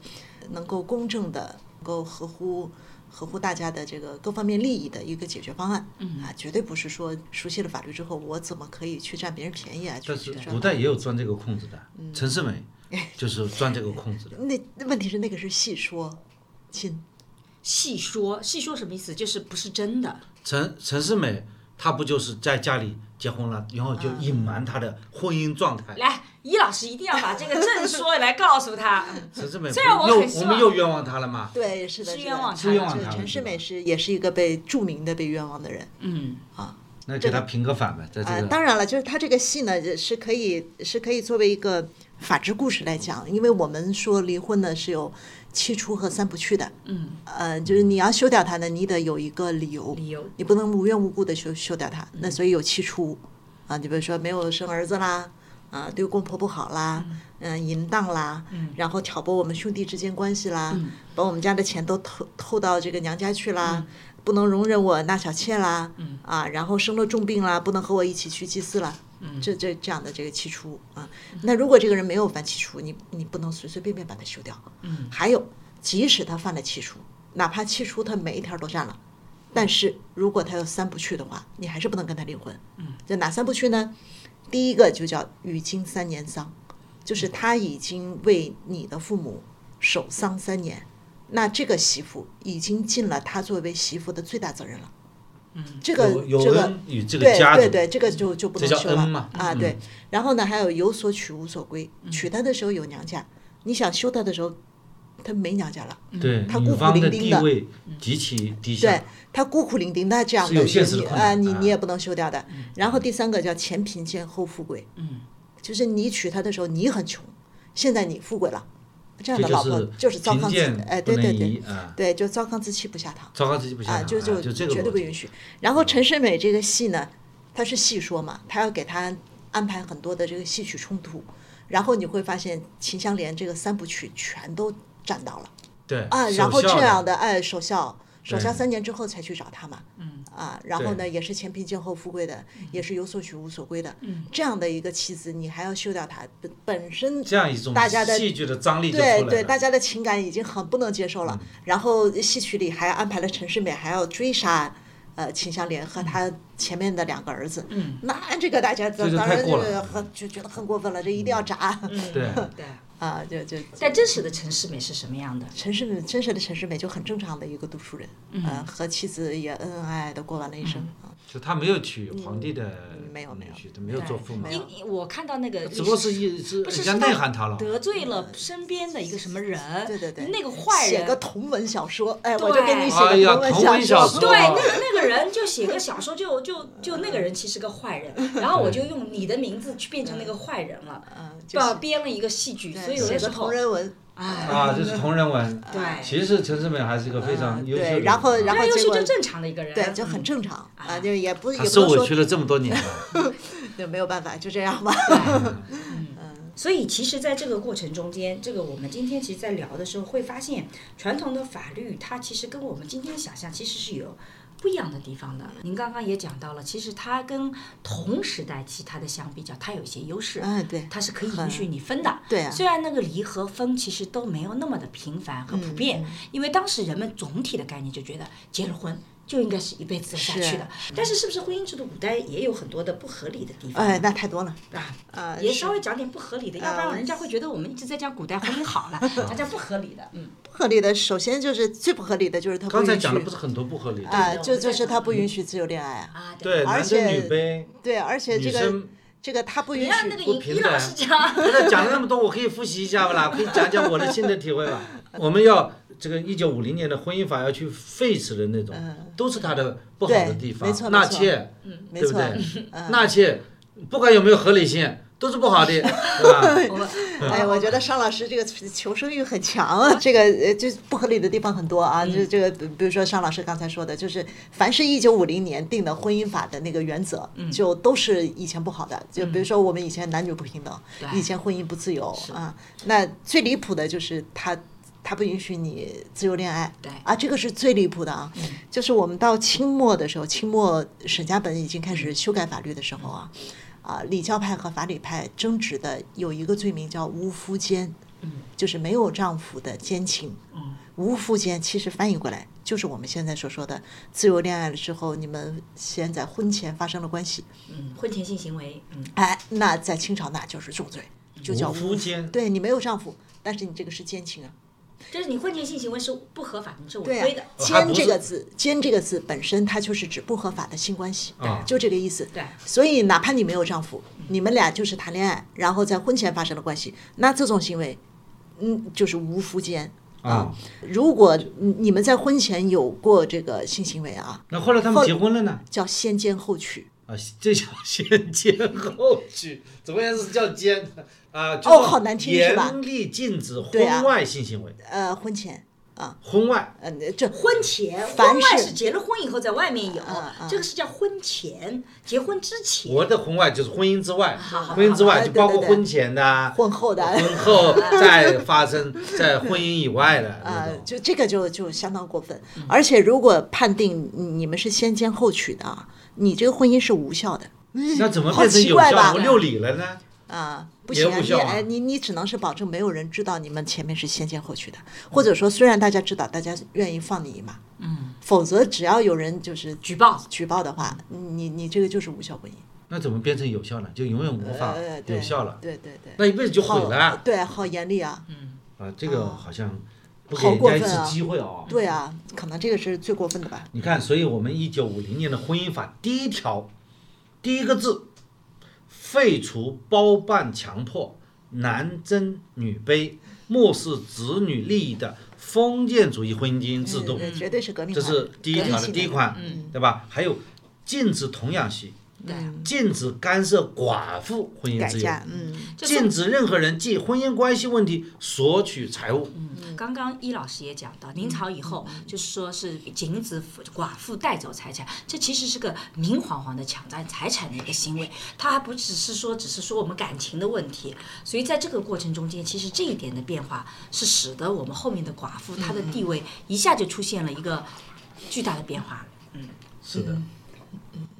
能够公正的、能够合乎合乎大家的这个各方面利益的一个解决方案。嗯啊，绝对不是说熟悉了法律之后，我怎么可以去占别人便宜啊？去但去是赚古代也有钻这个空子的。嗯陈 世美就是钻这个空子的。那那问题是那个是戏说，亲，细说细说什么意思？就是不是真的。陈陈世美她不就是在家里结婚了，然后就嗯隐瞒她的婚姻状态。来，易老师一定要把这个正说来告诉 他。陈世美虽然我不又很希我望们又冤枉她了吗？对，是的，是的冤枉是冤枉这他们陈世是吧美啊是也是一个被著名的被冤枉的人。嗯，那给她平个反呗，在啊、这个当然了，就是他这个戏呢是可以是可以作为一个法治故事来讲，因为我们说离婚呢是有七出和三不去的，嗯，呃，就是你要休掉它呢，你得有一个理由，理由你不能无缘无故的休休掉它，那所以有七出，啊，你比如说没有生儿子啦。啊，对公婆不好啦，嗯、淫荡啦，然后挑拨我们兄弟之间关系啦，把我们家的钱都偷偷到这个娘家去啦，不能容忍我纳小妾啦，啊，然后生了重病啦，不能和我一起去祭祀啦，这这这样的这个起初啊，那如果这个人没有犯起初，你你不能随随便便把他休掉，还有即使他犯了起初，哪怕起初他每一条都占了。但是如果他有三不去的话，你还是不能跟他离婚。这哪三不去呢？第一个就叫与经三年丧，就是他已经为你的父母守丧三年，那这个媳妇已经尽了她作为媳妇的最大责任了。嗯，这个有这有个恩与这个对家族，对对，这个就就不这能叫休恩了嘛嗯啊。对，然后呢，还有有所娶无所归，娶她的时候有娘家，你想休她的时候，她没娘家了，对嗯他女孤苦方的伶仃地的位极其低下对。她孤苦伶仃，那这样是的有你现实的你困难嗯啊，你啊你也不能休掉的。然后第三个叫前贫贱后富贵，嗯，就是你娶她的时候你很穷，现在你富贵了，这样这的老婆就是糟糠贫子贱，哎，不对能对对移，啊，对，就糟糠之妻不下堂。糟糕，自己不行啊，就就这个绝对逻不辑允许。然后陈世美这个戏呢，它是戏说嘛，它要给他安排很多的这个戏曲冲突，然后你会发现《秦香莲》这个三部曲全都占到了对啊，然后首孝这的样的哎首孝。首孝对三年之后才去找他嘛，嗯啊，然后呢对也是前贫贱后富贵的，也是有所取无所归的，这样的一个妻子，你还要休掉她，本本身这样一种大家的戏剧的张力就出来对了。嗯对，大家的情感已经很不能接受了。然后戏曲里还安排了陈世美还要追杀。呃，秦香莲和她前面的两个儿子，嗯，那这个大家这当就当太然就过了嗯是很就觉得很过分了，这一定要炸、对嗯对。 啊！就就但真实的陈世美是什么样的？陈世美真实的陈世美就很正常的一个读书人，嗯呃，嗯和妻子也恩恩爱爱的过完了一生啊。就他没有娶皇帝的嗯没有没女有婿，都没有做父母没，有因我看到那个只不过是历史一是不人是家是内涵他了。得罪了身边的一个什么人，对对对，那个坏写人个同文小说，哎，对我就给你写哎呀个同文小说说对，那个那个人就写个小说就，就就那个人其实个坏 人，然后我就用你的名字去变成那个坏人了，嗯，就把是编了一个戏剧，所以有写的个时同候，人文，哎，啊，就是同人文。对，其实陈世美还是一个非常嗯优秀的对人。啊然后然后那优结秀果就正常的一个人，对，就很正常啊，就也不也他不嗯受能委说屈了这么多年了，对，没有办法，就这样吧。所以其实，在这个过程中间，这个我们今天其实，在聊的时候会发现，传统的法律它其实跟我们今天想象其实是有不一样的地方的。您刚刚也讲到了，其实它跟同时代其他的相比较，它有一些优势，哎，对，它是可以允许你分的。对啊，虽然那个离和分其实都没有那么的频繁和普遍，嗯因为当时人们总体的概念就觉得结了婚就应该是一辈子走下去的。但是是不是婚姻制度古代也有很多的不合理的地方？哎，那太多了啊，啊，也是稍微讲点不合理的，要不然人家会觉呃得我们一直在讲古代婚姻 好了，讲讲不合理的。嗯，不合理的。首先就是最不合理的就是他不刚才允讲的不是许很多不合理的。啊，就就是他不允许自由恋爱啊。啊，对，而男且尊女卑，对，而且女这个生。这个他不你允让那许个不尹平尹等老师 讲，现在讲了那么多，我可以复 习一下不啦？可以讲讲我的心得体会吧。我们要这个一九五零年的婚姻法要去废止的那种，都是它的不好对的地方。没错没纳错妾，没对错嗯不，对？纳妾不管有没有合理性，都是 不好的，对吧？哎，我觉得商老师这个求生欲很强啊，这个呃，就不合理的地方很多啊，就这个，比比如说商老师刚才说的，就是凡是一九五零年定的婚姻法的那个原则，就都是以前不好的，就比如说我们以前男女不平等，以前婚姻不自由啊，那最离谱的就是他。他不允许你自由恋爱，对啊，这个是最离谱的啊！就是我们到清末的时候，清末沈家本已经开始修改法律的时候啊，啊，礼教派和法理派争执的有一个罪名叫无夫奸，嗯就是没有丈夫的奸情。无夫奸其实翻译过来就是我们现在所说的自由恋爱了之后，你们先在婚前发生了关系，嗯，婚前性行为，嗯，哎，那在清朝那就是重罪，就叫无夫奸对你没有丈夫，但是你这个是奸情啊。就是你婚前性行为是不合法的，你是违对规的啊，。哦还不奸是这个字，奸这个字本身它就是指不合法的性关系，啊就这个意思。对所以哪怕你没有丈夫，你们俩就是谈恋爱，然后在婚前发生了关系，那这种行为，嗯，就是无夫奸。啊，如果嗯你你们在婚前有过这个性行为啊，那后来他们结婚了呢？叫先奸后娶。啊，这叫先奸后娶，怎么样是叫奸啊？就哦是好难听是吧严厉禁止婚对啊外性行为，呃，婚前，婚外呃，这婚前，凡婚外是是嗯结了婚以后在外面有啊啊，这个是叫婚前，结婚之前。我的婚外就是婚姻之外，好婚姻之好外就包括对对对婚前的啊、婚后的。婚后再发生在婚姻以外的啊那，种就这个就就相当过分，而且如果判定你你们是先奸后娶的啊，你这个婚姻是无效的那怎么好变成奇有怪吧效不六礼了呢？啊，不也行啊，无你效啊哎你你只能是保证没有人知道你们前面是先奸后娶的，或者说虽然大家知道，大家愿意放你一马，嗯，否则只要有人就是举报举报的话，嗯你你这个就是无效婚姻，那怎么变成有效呢？就永远无法呃，对有效了，对对对，那一辈子就毁好了。对，好严厉啊，啊，这个好像不给好人过家一分啊次机会哦。对啊，可能这个是最过分的吧，你看，所以我们一九五零年的婚姻法第一条，第一个字，废除包办强迫、男尊女卑、漠视子女利益的封建主义婚姻制度，呃对对绝对是革命这化的，嗯是第一条革命的性第一款，对吧？还有禁止童养媳，对啊禁止干涉寡妇婚姻改自由，嫁，嗯，就是禁止任何人借婚姻关系问题索取财物。刚刚伊老师也讲到，明朝以后就是说是禁止寡妇带走财产，这其实是个明晃晃的抢占财产的一个行为，它还不只是说只是说我们感情的问题，所以在这个过程中间，其实这一点的变化是使得我们后面的寡妇她的地位一下就出现了一个巨大的变化。是的，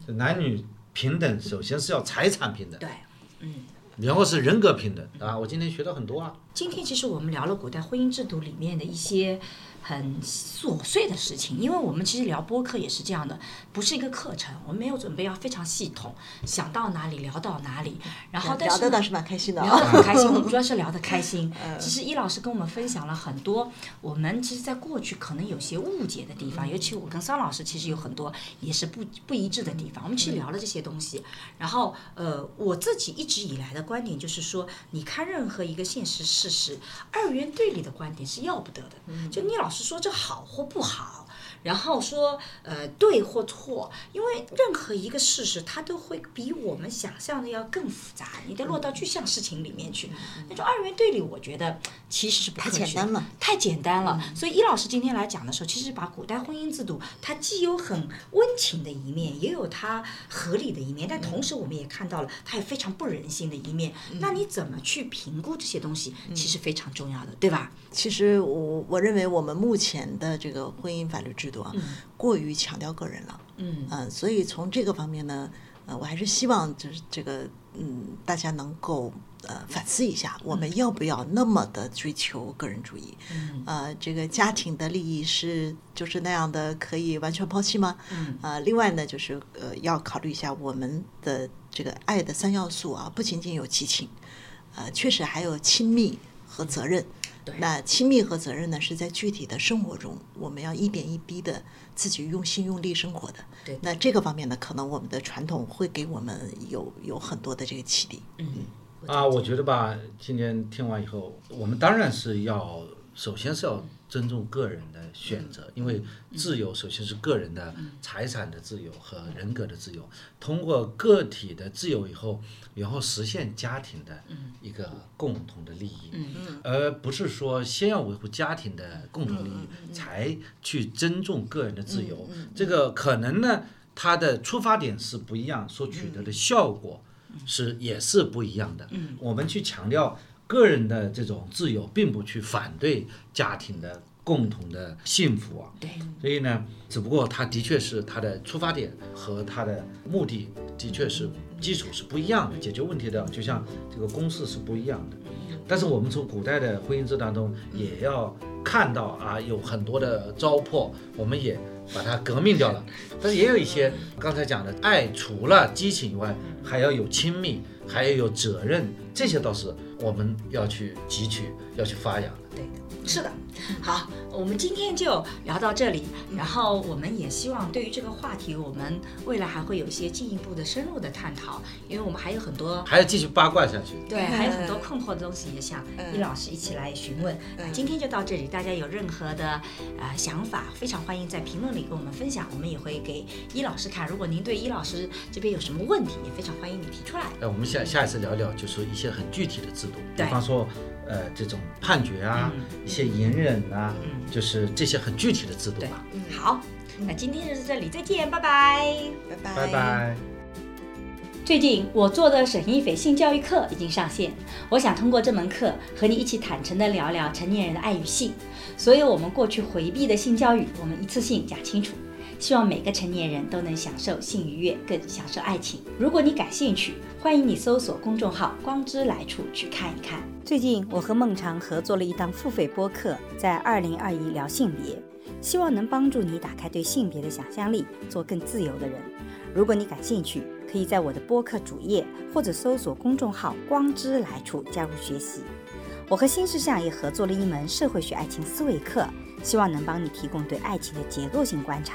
男女平等嗯首先是要财产平等，对，然后是人格平等啊。我今天学到很多啊，今天其实我们聊了古代婚姻制度里面的一些很琐碎的事情，因为我们其实聊播客也是这样的，不是一个课程，我们没有准备要非常系统，想到哪里聊到哪里，然后但聊是的呢倒是蛮开心的聊得 啊。很开心，我们主要是聊得开心。其实伊老师跟我们分享了很多我们其实，在过去可能有些误解的地方，尤其我跟桑老师其实有很多也是不不一致的地方。我们去聊了这些东西，然后呃，我自己一直以来的观点就是说，你看任何一个现实事实，二元对立的观点是要不得的。就你老是说这好或不好。然后说呃对或错，因为任何一个事实它都会比我们想象的要更复杂，你得落到具象事情里面去。那种二元对立，我觉得其实是不嗯太科学简单了，嗯太简单了。所以伊老师今天来讲的时候，其实把古代婚姻制度，它既有很温情的一面，也有它合理的一面，但同嗯时我们也看到了它有非常不人性的一面。那你怎么去评估这些东西，嗯其实非常重要的，对吧？其实我我认为我们目前的这个婚姻法律制度嗯啊，过于强调个人了。嗯嗯、所以从这个方面呢，呃，我还是希望就是这个，嗯，大家能够呃反思一下，我们要不要那么的追求个人主义？嗯，呃，这个家庭的利益是就是那样的可以完全抛弃吗？嗯，呃，另外呢，就是呃要考虑一下我们的这个爱的三要素啊，不仅仅有激情，呃，确实还有亲密和责任。那亲密和责任呢，是在具体的生活中，我们要一点一滴的自己用心用力生活的。对那这个方面呢，可能我们的传统会给我们有有很多的这个启迪。啊，我觉得吧，今天听完以后，我们当然是要首先是要尊重个人的选择，因为自由首先是个人的嗯财产的自由和人格的自由。通过个体的自由以后，然后实现家庭的一个共同的利益，而不是说先要维护家庭的共同利益，才去尊重个人的自由。这个可能呢，它的出发点是不一样，所取得的效果。是也是不一样的。我们去强调个人的这种自由，并不去反对家庭的共同的幸福啊。对，所以呢，只不过它的确是它的出发点和它的目的的确是基础是不一样的，解决问题的就像这个公式是不一样的。但是我们从古代的婚姻制当中也要看到啊，有很多的糟粕，我们也把它革命掉了。但是也有一些刚才讲的爱，除了激情以外，还要有亲密，还要有责任，这些倒是我们要去汲取、要去发扬的。是的，好，我们今天就聊到这里。然后我们也希望对于这个话题，我们未来还会有一些进一步的深入的探讨，因为我们还有很多还要继续八卦下去。对，还有很多困惑的东西也想嗯殷老师一起来询问。那今天就到这里，大家有任何的呃想法，非常欢迎在评论里跟我们分享，我们也会给殷老师看。如果您对殷老师这边有什么问题，也非常欢迎你提出来。哎，我们下下一次聊聊，就是一些很具体的制度，比对嗯方说，呃，这种判决啊，一些隐忍啊，就是这些很具体的制度对吧。好，那今天就到这里，再见，拜拜。拜拜拜拜。最近我做的沈一斐性教育课已经上线，我想通过这门课和你一起坦诚地聊聊成年人的爱与性，所有我们过去回避的性教育，我们一次性讲清楚。希望每个成年人都能享受性愉悦，更享受爱情。如果你感兴趣，欢迎你搜索公众号“光之来处”去看一看。最近我和孟尝合作了一档付费播客，在二零二一聊性别，希望能帮助你打开对性别的想象力，做更自由的人。如果你感兴趣，可以在我的播客主页或者搜索公众号“光之来处”加入学习。我和新事项也合作了一门社会学爱情思维课，希望能帮你提供对爱情的结构性观察。